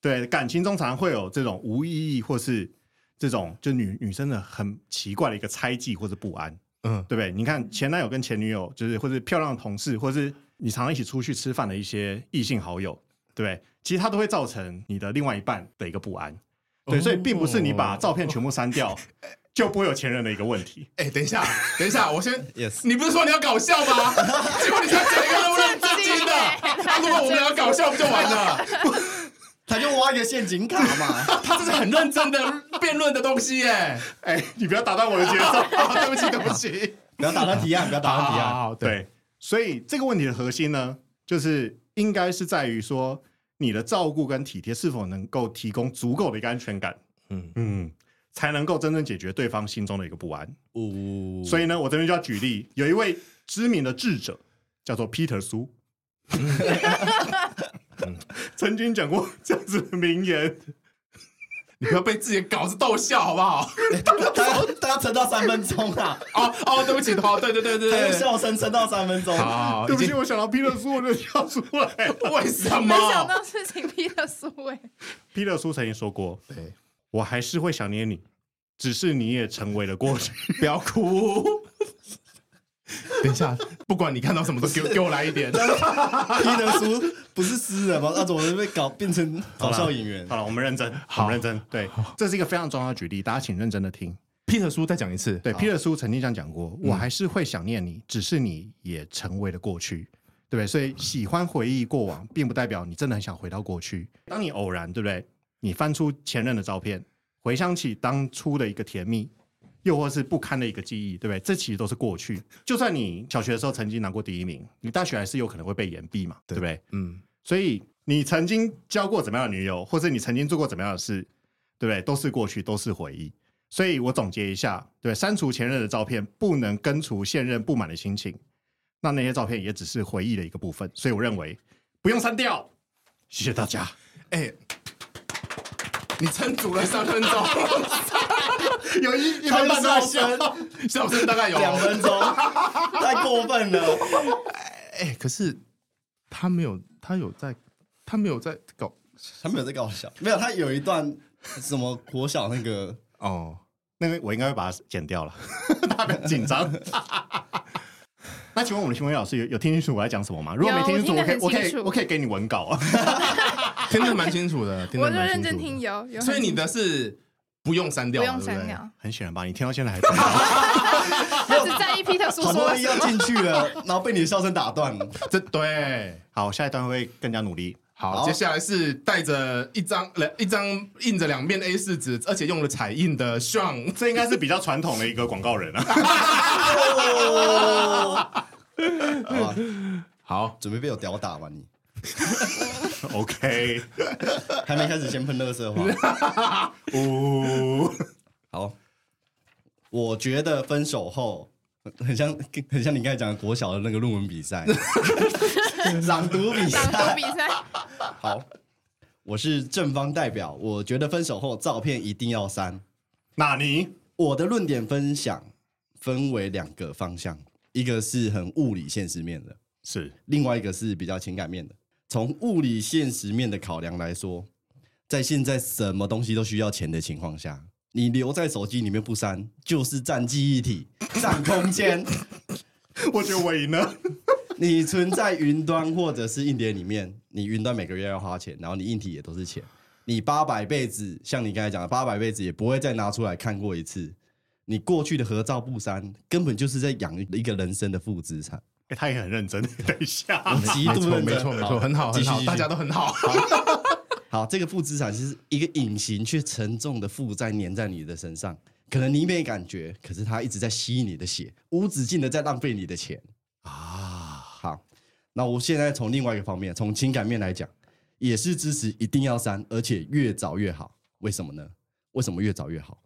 Speaker 1: 对感情中常常会有这种无意义或是这种就女女生的很奇怪的一个猜忌或者不安。
Speaker 2: 嗯，
Speaker 1: 对不对？你看前男友跟前女友，就是或是漂亮的同事，或是你常常一起出去吃饭的一些异性好友，对不对？其实它都会造成你的另外一半的一个不安。对，所以并不是你把照片全部删掉，就不会有前任的一个问题。
Speaker 2: 哎、等一下，等一下，我先
Speaker 4: Yes
Speaker 2: 你不是说你要搞笑 吗？结果你才讲一个那么认真的，那、如果我们俩搞笑不就完了？
Speaker 4: 他就挖一个陷阱卡 嘛，
Speaker 2: 他这是很认真的辩论的东西耶、
Speaker 1: 哎，你不要打断我的节奏。
Speaker 2: 啊对不起，对不起。
Speaker 4: 不要打断提案，不要打断提案，
Speaker 2: 好，对，
Speaker 1: 对，所以这个问题的核心呢，就是应该是在于说你的照顾跟体贴是否能够提供足够的一个安全感。
Speaker 2: 嗯
Speaker 1: 嗯嗯。才能够真正解决对方心中的一个不安。
Speaker 2: 嗯
Speaker 4: 呜，
Speaker 1: 所以呢，我这边就要举例，有一位知名的智者叫做 Peter 苏，
Speaker 2: 嗯
Speaker 1: 曾经讲过这样子的名言。
Speaker 2: 你不要被自己的稿子逗笑好不好？
Speaker 4: 他他要撑到三分钟 啊，
Speaker 2: 哦哦，对不起，哦，对对对 对
Speaker 4: 他用
Speaker 2: 对，
Speaker 4: 笑声撑到三分钟，
Speaker 2: 好，
Speaker 1: 对
Speaker 2: 哦已
Speaker 1: 不起，
Speaker 2: 经
Speaker 1: 我想到 Peter 苏，我就笑出来。
Speaker 2: 为什
Speaker 5: 没想
Speaker 2: 么？
Speaker 5: 到是请 Peter 苏伟，
Speaker 1: Peter 苏曾经说过
Speaker 2: 对，：“
Speaker 1: 我还是会想念你，只是你也成为了过去。
Speaker 2: 不要哭。 等一下，不管你看到什么都给我给我来一点。
Speaker 4: 皮德叔不是诗人吗？那怎么被搞变成搞笑演”员
Speaker 1: 好？了，我们认真，我们认真。对，这是一个非常重要的举例，大家请认真的听。
Speaker 2: Peter 叔再讲一次，
Speaker 1: 对，Peter 苏曾经这样讲过：“我还是会想念你，只是你也成为了过去，对不对？”所以喜欢回忆过往，并不代表你真的很想回到过去。当你偶然，对不对？你翻出前任的照片，回想起当初的一个甜蜜，又或是不堪的一个记忆，对不对？这其实都是过去。就算你小学的时候曾经拿过第一名，你大学还是有可能会被延毕嘛，对不对？
Speaker 2: 嗯，
Speaker 1: 所以你曾经交过怎么样的女友，或者你曾经做过怎么样的事，对不对？都是过去，都是回忆。所以我总结一下，对，删除前任的照片不能根除现任不满的心情，那那些照片也只是回忆的一个部分。所以我认为不用删掉。谢谢大家。
Speaker 2: 哎，你撑足了三 分钟，
Speaker 1: 有一一
Speaker 4: 他
Speaker 1: 分
Speaker 4: 用
Speaker 1: 半都在
Speaker 4: 笑
Speaker 1: 笑
Speaker 4: 声
Speaker 2: 笑声大概有
Speaker 4: 两分 钟，太过分了。
Speaker 2: 哎，可是他没有，他有在，他没有在搞
Speaker 4: 他没有在搞笑， 没有，他有一段什么国小那个，
Speaker 2: 哦。
Speaker 1: 那个我应该会把它剪掉了，大家不要紧张。 那请问我们的评委老师有有听清楚我在讲什么吗？如果没
Speaker 5: 有
Speaker 1: 听清楚，
Speaker 5: 我
Speaker 1: 我可
Speaker 5: 听得
Speaker 1: 以我可
Speaker 5: 很
Speaker 1: 以
Speaker 5: 清楚
Speaker 1: 我可以给你文稿啊。
Speaker 2: 听得蛮清楚的，听
Speaker 5: 我
Speaker 2: 得
Speaker 5: 就
Speaker 2: 蛮
Speaker 5: 认真
Speaker 2: 清
Speaker 5: 听
Speaker 2: 楚
Speaker 5: 有，有
Speaker 2: 的。所以
Speaker 5: 很
Speaker 2: 你的是不用删掉
Speaker 5: 不
Speaker 2: 嘛，
Speaker 5: 用
Speaker 2: 对
Speaker 5: 删
Speaker 2: 对
Speaker 5: 掉，
Speaker 1: 很显然吧，你听到现在还在。
Speaker 5: 他只在意 Peter 苏
Speaker 4: 好不
Speaker 5: 说
Speaker 4: 容易要进去了，然后被你的笑声打断了。
Speaker 2: 这对。
Speaker 1: 好，下一段会更加努力。
Speaker 2: 好，
Speaker 4: 好
Speaker 2: 接下来是带着一张呃一张印着两面 A 四纸，而且用了彩印的 Sean。
Speaker 1: 这应该是比较传统的一个广告人啊。
Speaker 4: 好吧，
Speaker 2: 好，
Speaker 4: 准备被我屌打吧你？
Speaker 1: OK，
Speaker 4: 还没开始先喷乐 色话。
Speaker 1: 呜，
Speaker 4: 好，我觉得 分手后很像，很像你刚才讲的国小的那个论文比赛，朗读比
Speaker 5: 朗
Speaker 4: 赛。
Speaker 5: 读比赛，
Speaker 4: 好，我是正方代表，我觉得分手后照片一定要删。
Speaker 1: 纳尼？
Speaker 4: 我的论点分享分为两个方向，一个是很物理现实面的，
Speaker 1: 是
Speaker 4: 另外一个是比较情感面的。从物理现实面的考量来说，在现在什么东西都需要钱的情况下，你留在手机里面不删，就是占记忆 体、占空间。
Speaker 1: 我觉得我赢了。
Speaker 4: 你存在云端或者是硬碟里面，你云端每个月要花钱，然后你硬体也都是钱。你八百辈子，像你刚才讲的八百辈子，也不会再拿出来看过一次。你过去的合照不删，根本就是在养一个人生的负资产。
Speaker 1: 欸他也很认真。 等一下，
Speaker 4: 啊极
Speaker 2: 没
Speaker 4: 度
Speaker 2: 错
Speaker 4: 认
Speaker 2: 没
Speaker 4: 真
Speaker 2: 错没错，很好
Speaker 4: 继
Speaker 2: 很
Speaker 4: 续
Speaker 2: 好
Speaker 4: 继，续
Speaker 2: 大家都很好。
Speaker 4: 好，这个负资产是一个隐形却沉重的负债粘在你的身上，可能你没感觉，可是它一直在吸你的血，无止境的在浪费你的钱啊。好，那我现在从另外一个方面，从情感面来讲，也是支持一定要删，而且越早越好。为什么呢？为什么越早越好？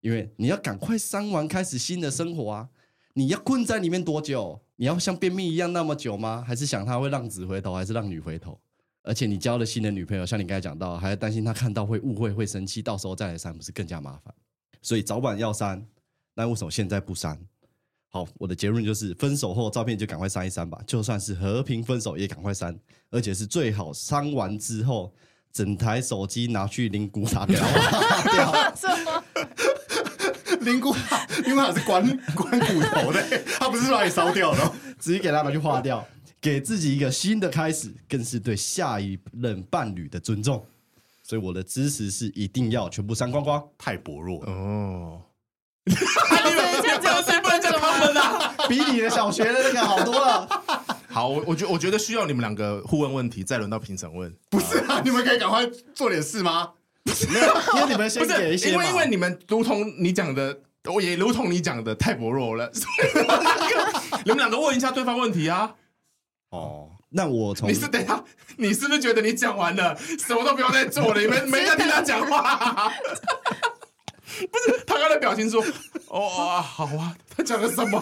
Speaker 4: 因为你要赶快删完，开始新的生活啊！你要困在里面多久？你要像便秘一样那么久吗？还是想他会浪子回头，还是浪女回头？而且你交了新的女朋友，像你刚才讲到，还要担心她看到会误会、会生气，到时候再来删，不是更加麻烦？所以早晚要删，那为什么现在不删？好，我的结论就是，分手后照片就赶快删一删吧，就算是和平分手也赶快删，而且是最好删完之后，整台手机拿去灵骨塔给它挖掉。
Speaker 5: 什么？
Speaker 1: 灵骨塔，灵骨塔是管管骨头的，他不是把你烧掉的哦。
Speaker 4: 直接给他拿去化掉，给自己一个新的开始，更是对下一任伴侣的尊重。所以我的支持是一定要全部删光光，
Speaker 1: 太薄弱了。
Speaker 2: 哦，
Speaker 5: 他们现在只有三分钟吗？
Speaker 4: 比你的小学的那个好多了。
Speaker 2: 好，我我觉我觉得需要你们两个互问问题，再轮到评审问。
Speaker 1: 不是 啊，你们可以赶快做点事吗？
Speaker 4: 没有，因为你们先
Speaker 2: 不
Speaker 4: 给一
Speaker 2: 是，
Speaker 4: 些
Speaker 2: 因
Speaker 4: 嘛
Speaker 2: 为因为你们如同你讲的，我也如同你讲的太薄弱了， 所以我那个你们两个问一下对方问题啊。
Speaker 1: 哦，
Speaker 4: 那我从
Speaker 2: 你是等一下，你是不是觉得你讲完了，什么都不用再做了？你 们没在听他讲话、不是他刚才表情说，哦啊，好啊，他讲了什 么？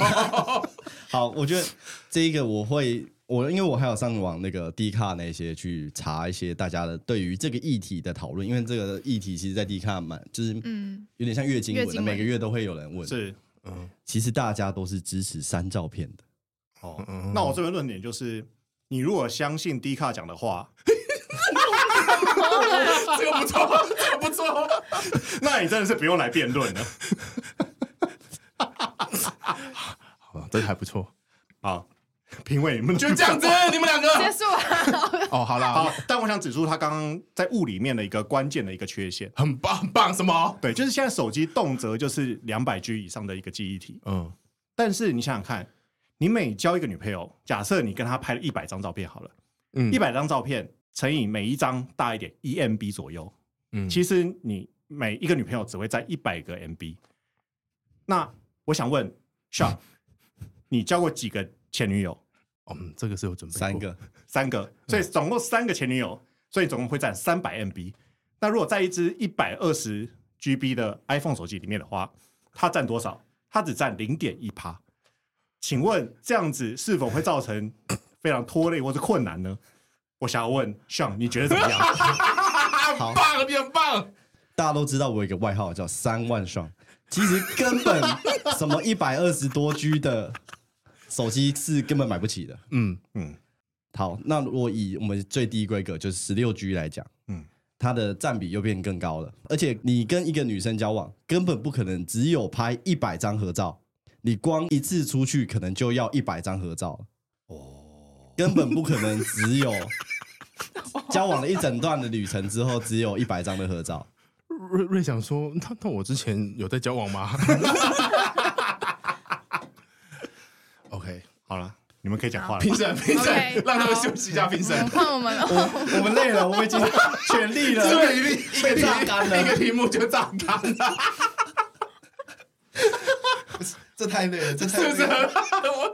Speaker 4: 好，我觉得这一个我会，我因为我还有上网那个 D 卡那些去查一些大家的对于这个议题的讨论，因为这个议题其实，在 D 卡蛮就是
Speaker 5: 嗯，
Speaker 4: 有点像月经
Speaker 5: 月
Speaker 4: 文，
Speaker 5: 经文
Speaker 4: 每个月都会有人问。
Speaker 1: 哦是
Speaker 4: 其实大家都是支持删照片的。
Speaker 1: 哦。
Speaker 4: 嗯
Speaker 1: 那我这边论点就是，你如果相信 D 卡讲的话，
Speaker 2: 这个不错，这个不错。
Speaker 1: 那你真的是不用来辩论了。
Speaker 2: 好，这个还不错，
Speaker 1: 好，评委你们
Speaker 2: 就 这 样子，你们两
Speaker 5: 结
Speaker 2: 个。
Speaker 5: 束了，
Speaker 2: 哦，好啦，
Speaker 1: 好，但我想指出他刚刚在物理面的一个关键的一个缺陷，
Speaker 2: 很棒，很棒，什么？
Speaker 1: 对，就是现在手机动辄就是两百 G 以上的一个记忆体，
Speaker 2: 嗯，
Speaker 1: 但是你想想看，你每交一个女朋友，假设你跟她拍了一百张照片好了，
Speaker 2: 嗯
Speaker 1: 一百张照片乘以每一张大一点一 MB 左右，
Speaker 2: 嗯
Speaker 1: 其实你每一个女朋友只会在一百个 MB。那我想问 s h a 你交过几个前女友？
Speaker 2: 嗯，这个是有准备，
Speaker 4: 三，个，
Speaker 1: 三个，所以总共三个前女友，所以总共会占三百 MB。那如果在一只一百二十 GB 的 iPhone 手机里面的话，它占多少？它只占零点一趴。请问这样子是否会造成非常拖累或是困难呢？我想要问 Sean，你觉得怎么样？
Speaker 2: 啊很棒，你很棒。
Speaker 4: 大家都知道我有一个外号叫三万双，其实根本什么一百二十多 G 的手机是根本买不起的。
Speaker 2: 嗯
Speaker 1: 嗯，
Speaker 4: 好，那如果以我们最低规格就是十六 G 来讲，
Speaker 1: 嗯
Speaker 4: 嗯，它的占比又变更高了。而且你跟一个女生交往，根本不可能只有拍一百张合照，你光一次出去可能就要一百张合照哦，根本不可能只有 交往了一整段的旅程之后只有一百张的合照。
Speaker 2: 瑞瑞想说，那那我之前有在交往吗？OK，
Speaker 1: 好了，你们可以讲话了
Speaker 2: 评。审，评审
Speaker 5: OK，，
Speaker 2: 让他们
Speaker 5: 好
Speaker 2: 休息一下，评审
Speaker 5: 嗯。换我们了。
Speaker 4: 我我们累了，我们已经全力了。
Speaker 2: 对，一个一个
Speaker 4: 被榨干了
Speaker 2: 一个题目就榨干了，
Speaker 4: 这太累了，这
Speaker 2: 是不是？ 我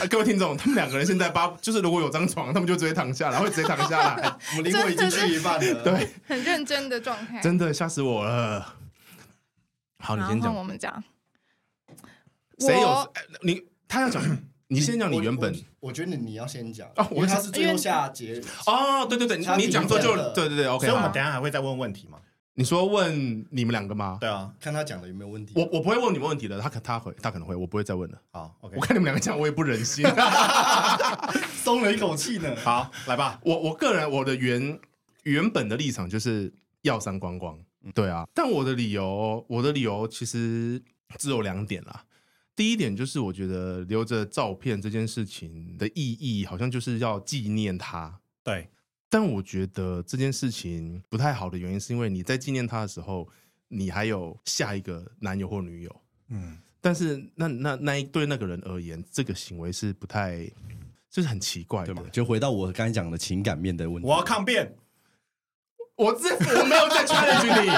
Speaker 2: 啊各位听众，他们两个人现在八，就是如果有张床，他们就直接躺下来，会直接躺下 来。
Speaker 4: 我们灵魂已经去一半了。
Speaker 2: 对，
Speaker 5: 很认真的状态。
Speaker 2: 真的吓死我了。好，你
Speaker 5: 然后
Speaker 2: 先
Speaker 5: 换
Speaker 2: 讲
Speaker 5: 我，们讲，
Speaker 2: 谁有
Speaker 5: 我
Speaker 2: 哎你？他要讲，你先讲你原本
Speaker 6: 我，我觉得你要先讲
Speaker 2: 啊我
Speaker 6: 因为他是最后下结语，
Speaker 2: 哦，对对对，
Speaker 6: 他
Speaker 2: 你讲错就
Speaker 6: 评分了
Speaker 2: 对对对，OK
Speaker 1: 所以我们
Speaker 2: 好。
Speaker 1: 等一下还会再问问题嘛？
Speaker 2: 你说问你们两个吗？
Speaker 1: 对啊，
Speaker 6: 看他讲的有没有问题。
Speaker 2: 我我不会问你们问题的，他可他会他可能会，我不会再问了。
Speaker 1: 好，OK，
Speaker 2: 我看你们两个这样，我也不忍心。
Speaker 6: 松了一口气呢。
Speaker 1: 好，来吧。
Speaker 2: 我我个人我的原原本的立场就是要三观光，对啊，但我的理由我的理由其实只有两点啦。第一点就是我觉得留着照片这件事情的意义，好像就是要纪念它。
Speaker 1: 对，
Speaker 2: 但我觉得这件事情不太好的原因，是因为你在纪念他的时候，你还有下一个男友或女友。
Speaker 1: 嗯，
Speaker 2: 但是那那那一对那个人而言，这个行为是不太，就是很奇怪的
Speaker 4: 对。吗？就回到我刚才讲的情感面的问题。
Speaker 1: 我要抗辩。
Speaker 2: 我这我没有在 challenge 你。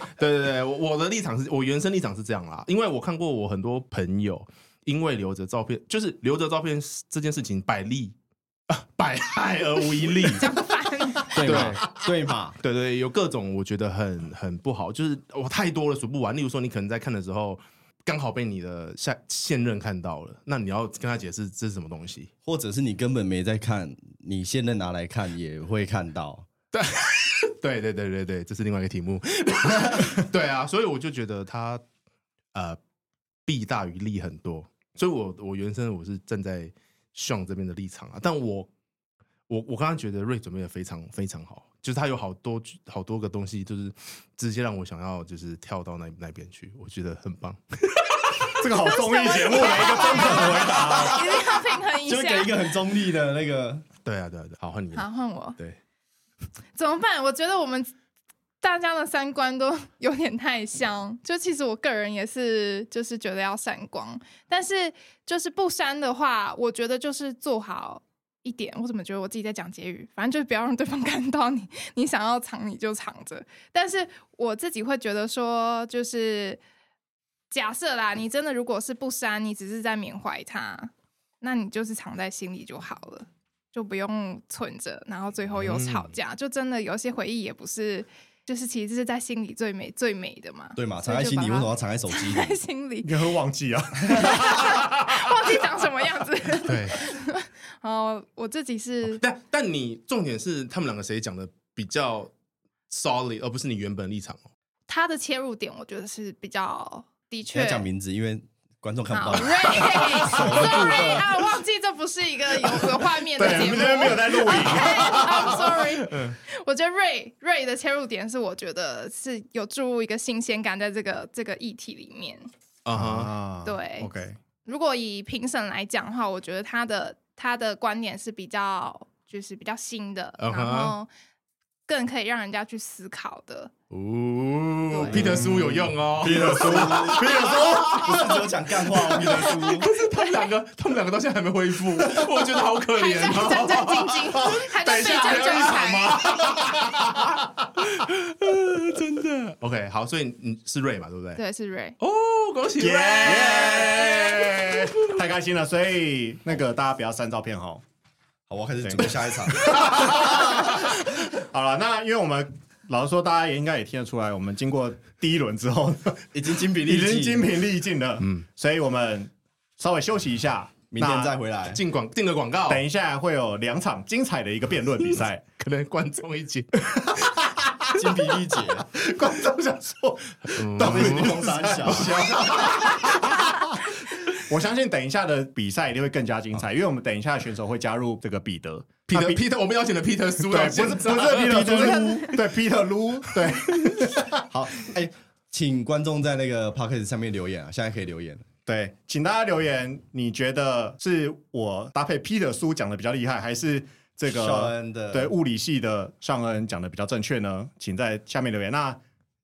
Speaker 2: 对对对，我我的立场是我原生立场是这样啦，因为我看过我很多朋友因为留着照片，就是留着照片这件事情百利啊百害而无一利。
Speaker 4: 对嘛？对嘛？
Speaker 2: 对对，有各种我觉得很很不好，就是我、太多了数不完。例如说，你可能在看的时候，刚好被你的下现任看到了，那你要跟他解释这是什么东西。
Speaker 4: 或者是你根本没在看，你现在拿来看也会看到。
Speaker 2: 对对对对对，这是另外一个 题目。 对啊，所以我就觉得他呃弊大于利很多，所以我我原生我是站在 Sean 这边的立场啊，但我我我刚刚觉得瑞准备的非常非常好，就是他有好多好多个东西，就是直接让我想要就是跳到那那边去，我觉得很棒。
Speaker 3: 这个好综艺节目
Speaker 1: 啊
Speaker 3: 的一个综合回答。啊
Speaker 5: 一定要平衡一
Speaker 6: 就给一
Speaker 5: 下。
Speaker 6: 个很中立的那个，
Speaker 2: 对啊对啊对啊，好换你了。
Speaker 5: 好，换我。
Speaker 2: 对，
Speaker 5: 怎么办？我觉得我们大家的三观都 有点太像。就其实我个人也是，就是觉得要删光，但是就是不删的话，我觉得就是做好。一点，我怎么觉得我自己在讲结语？反正就是不要让对方 看到你，你想要藏你就藏着。但是我自己会觉得说，就是假设啦，你真的如果是不删，你只是在缅怀他，那你就是藏在心里就好了。就不用存着，然后最后又吵
Speaker 4: 嗯
Speaker 5: 架，就真的有些回忆也不是，就是其实是在心里最美最美的嘛。
Speaker 4: 对嘛？
Speaker 5: 所
Speaker 4: 藏
Speaker 5: 以就
Speaker 4: 在心里，为
Speaker 5: 把它
Speaker 4: 什么要藏在手机
Speaker 5: 藏在
Speaker 4: 里？
Speaker 5: 心里？
Speaker 1: 你会忘记啊？
Speaker 5: 忘记长什么样子。
Speaker 2: 对，
Speaker 5: 哦，我自己
Speaker 1: 呃
Speaker 5: 是
Speaker 2: 但但你重点是他们两个谁讲的比较 solid，而不是你原本立场哦。
Speaker 5: 他的切入点，我觉得是比较的
Speaker 4: 不
Speaker 5: 确
Speaker 4: 要讲名字，因为观众看不
Speaker 5: 好
Speaker 4: 到。
Speaker 5: ，sorry 啊，忘记这不是一个有有画面的节目，没有在录影。I'm sorry，我觉得瑞瑞的切入点是我觉得是有注入一个新鲜感在这个这个议题里面。
Speaker 2: 啊哈，
Speaker 1: 啊
Speaker 5: 对
Speaker 1: ，OK，
Speaker 5: 如果以评审来讲的话，我觉得他的他的观点是比较就是比较新的
Speaker 2: 嗯哼
Speaker 5: 然后更可以让人家去思考的。
Speaker 2: 哦
Speaker 5: 对
Speaker 2: ，Peter 书有用哦。
Speaker 6: 不是只有讲干话哦，你的 书。
Speaker 2: 他们 两个，他们两个到现在还没恢复，我觉得好可
Speaker 5: 还在
Speaker 2: 怜
Speaker 5: 战
Speaker 2: 哦。
Speaker 5: 战兢 兢，还在
Speaker 2: 等一
Speaker 5: 被
Speaker 2: 下，
Speaker 5: 战
Speaker 2: 还有
Speaker 5: 争
Speaker 2: 一场
Speaker 5: 台。
Speaker 2: 吗？真的？OK，好，所以你是瑞嘛，对不对？
Speaker 5: 对，是瑞。
Speaker 2: 哦，恭喜瑞！
Speaker 1: 太开心了。所以那个大家不要删照片哦。
Speaker 4: 好，我要开始准备下一场。
Speaker 1: 好了，那因为我们老实说，大家也应该也听得出来，我们经过第一轮之后，
Speaker 4: 已经精疲力
Speaker 1: 已
Speaker 4: 尽，
Speaker 1: 经精疲力尽了。嗯，所以我们稍微休息一下，
Speaker 4: 明天再
Speaker 1: 那
Speaker 4: 回来。
Speaker 2: 进广进个广告，
Speaker 1: 等一下会有两场精彩的一个辩论比赛。
Speaker 2: 可能观众一 起。
Speaker 4: 精疲力竭，
Speaker 1: 观众想说，到底
Speaker 6: 你公三小，
Speaker 1: 我相信等一下的比赛一定会更加精彩，因为我们等一下的选手会加入这个彼得。那
Speaker 2: Peter Peter，我们邀请了 Peter 书
Speaker 1: 对，
Speaker 2: 来
Speaker 1: 不是
Speaker 2: 现
Speaker 1: 不是
Speaker 2: 场，
Speaker 1: Peter 撸，对 Peter 撸，对，
Speaker 4: 好，哎、请观众在那个 p o c k e t 上面留言啊，现在可以留言了。
Speaker 1: 对，请大家留言，你觉得是我搭配 Peter 苏讲的比较厉害，还是这个
Speaker 4: 肖恩的
Speaker 1: 对物理系的尚恩讲的比较正确呢？请在下面留言。那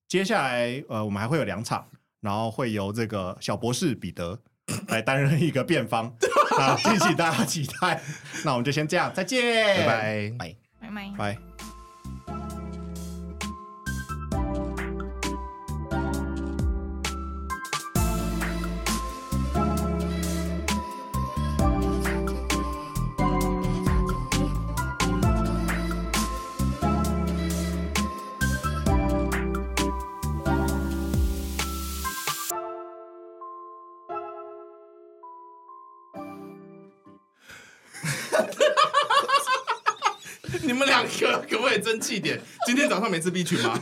Speaker 1: 接下来呃，我们还会有两场，然后会由这个小博士彼得来担任一个辩方，啊，敬请大家期待。那我们就先这样，再见，
Speaker 2: 拜拜。
Speaker 5: 拜拜。
Speaker 1: 拜。
Speaker 2: 你们两个可不可以争气点？今天早上没吃 B 群吗？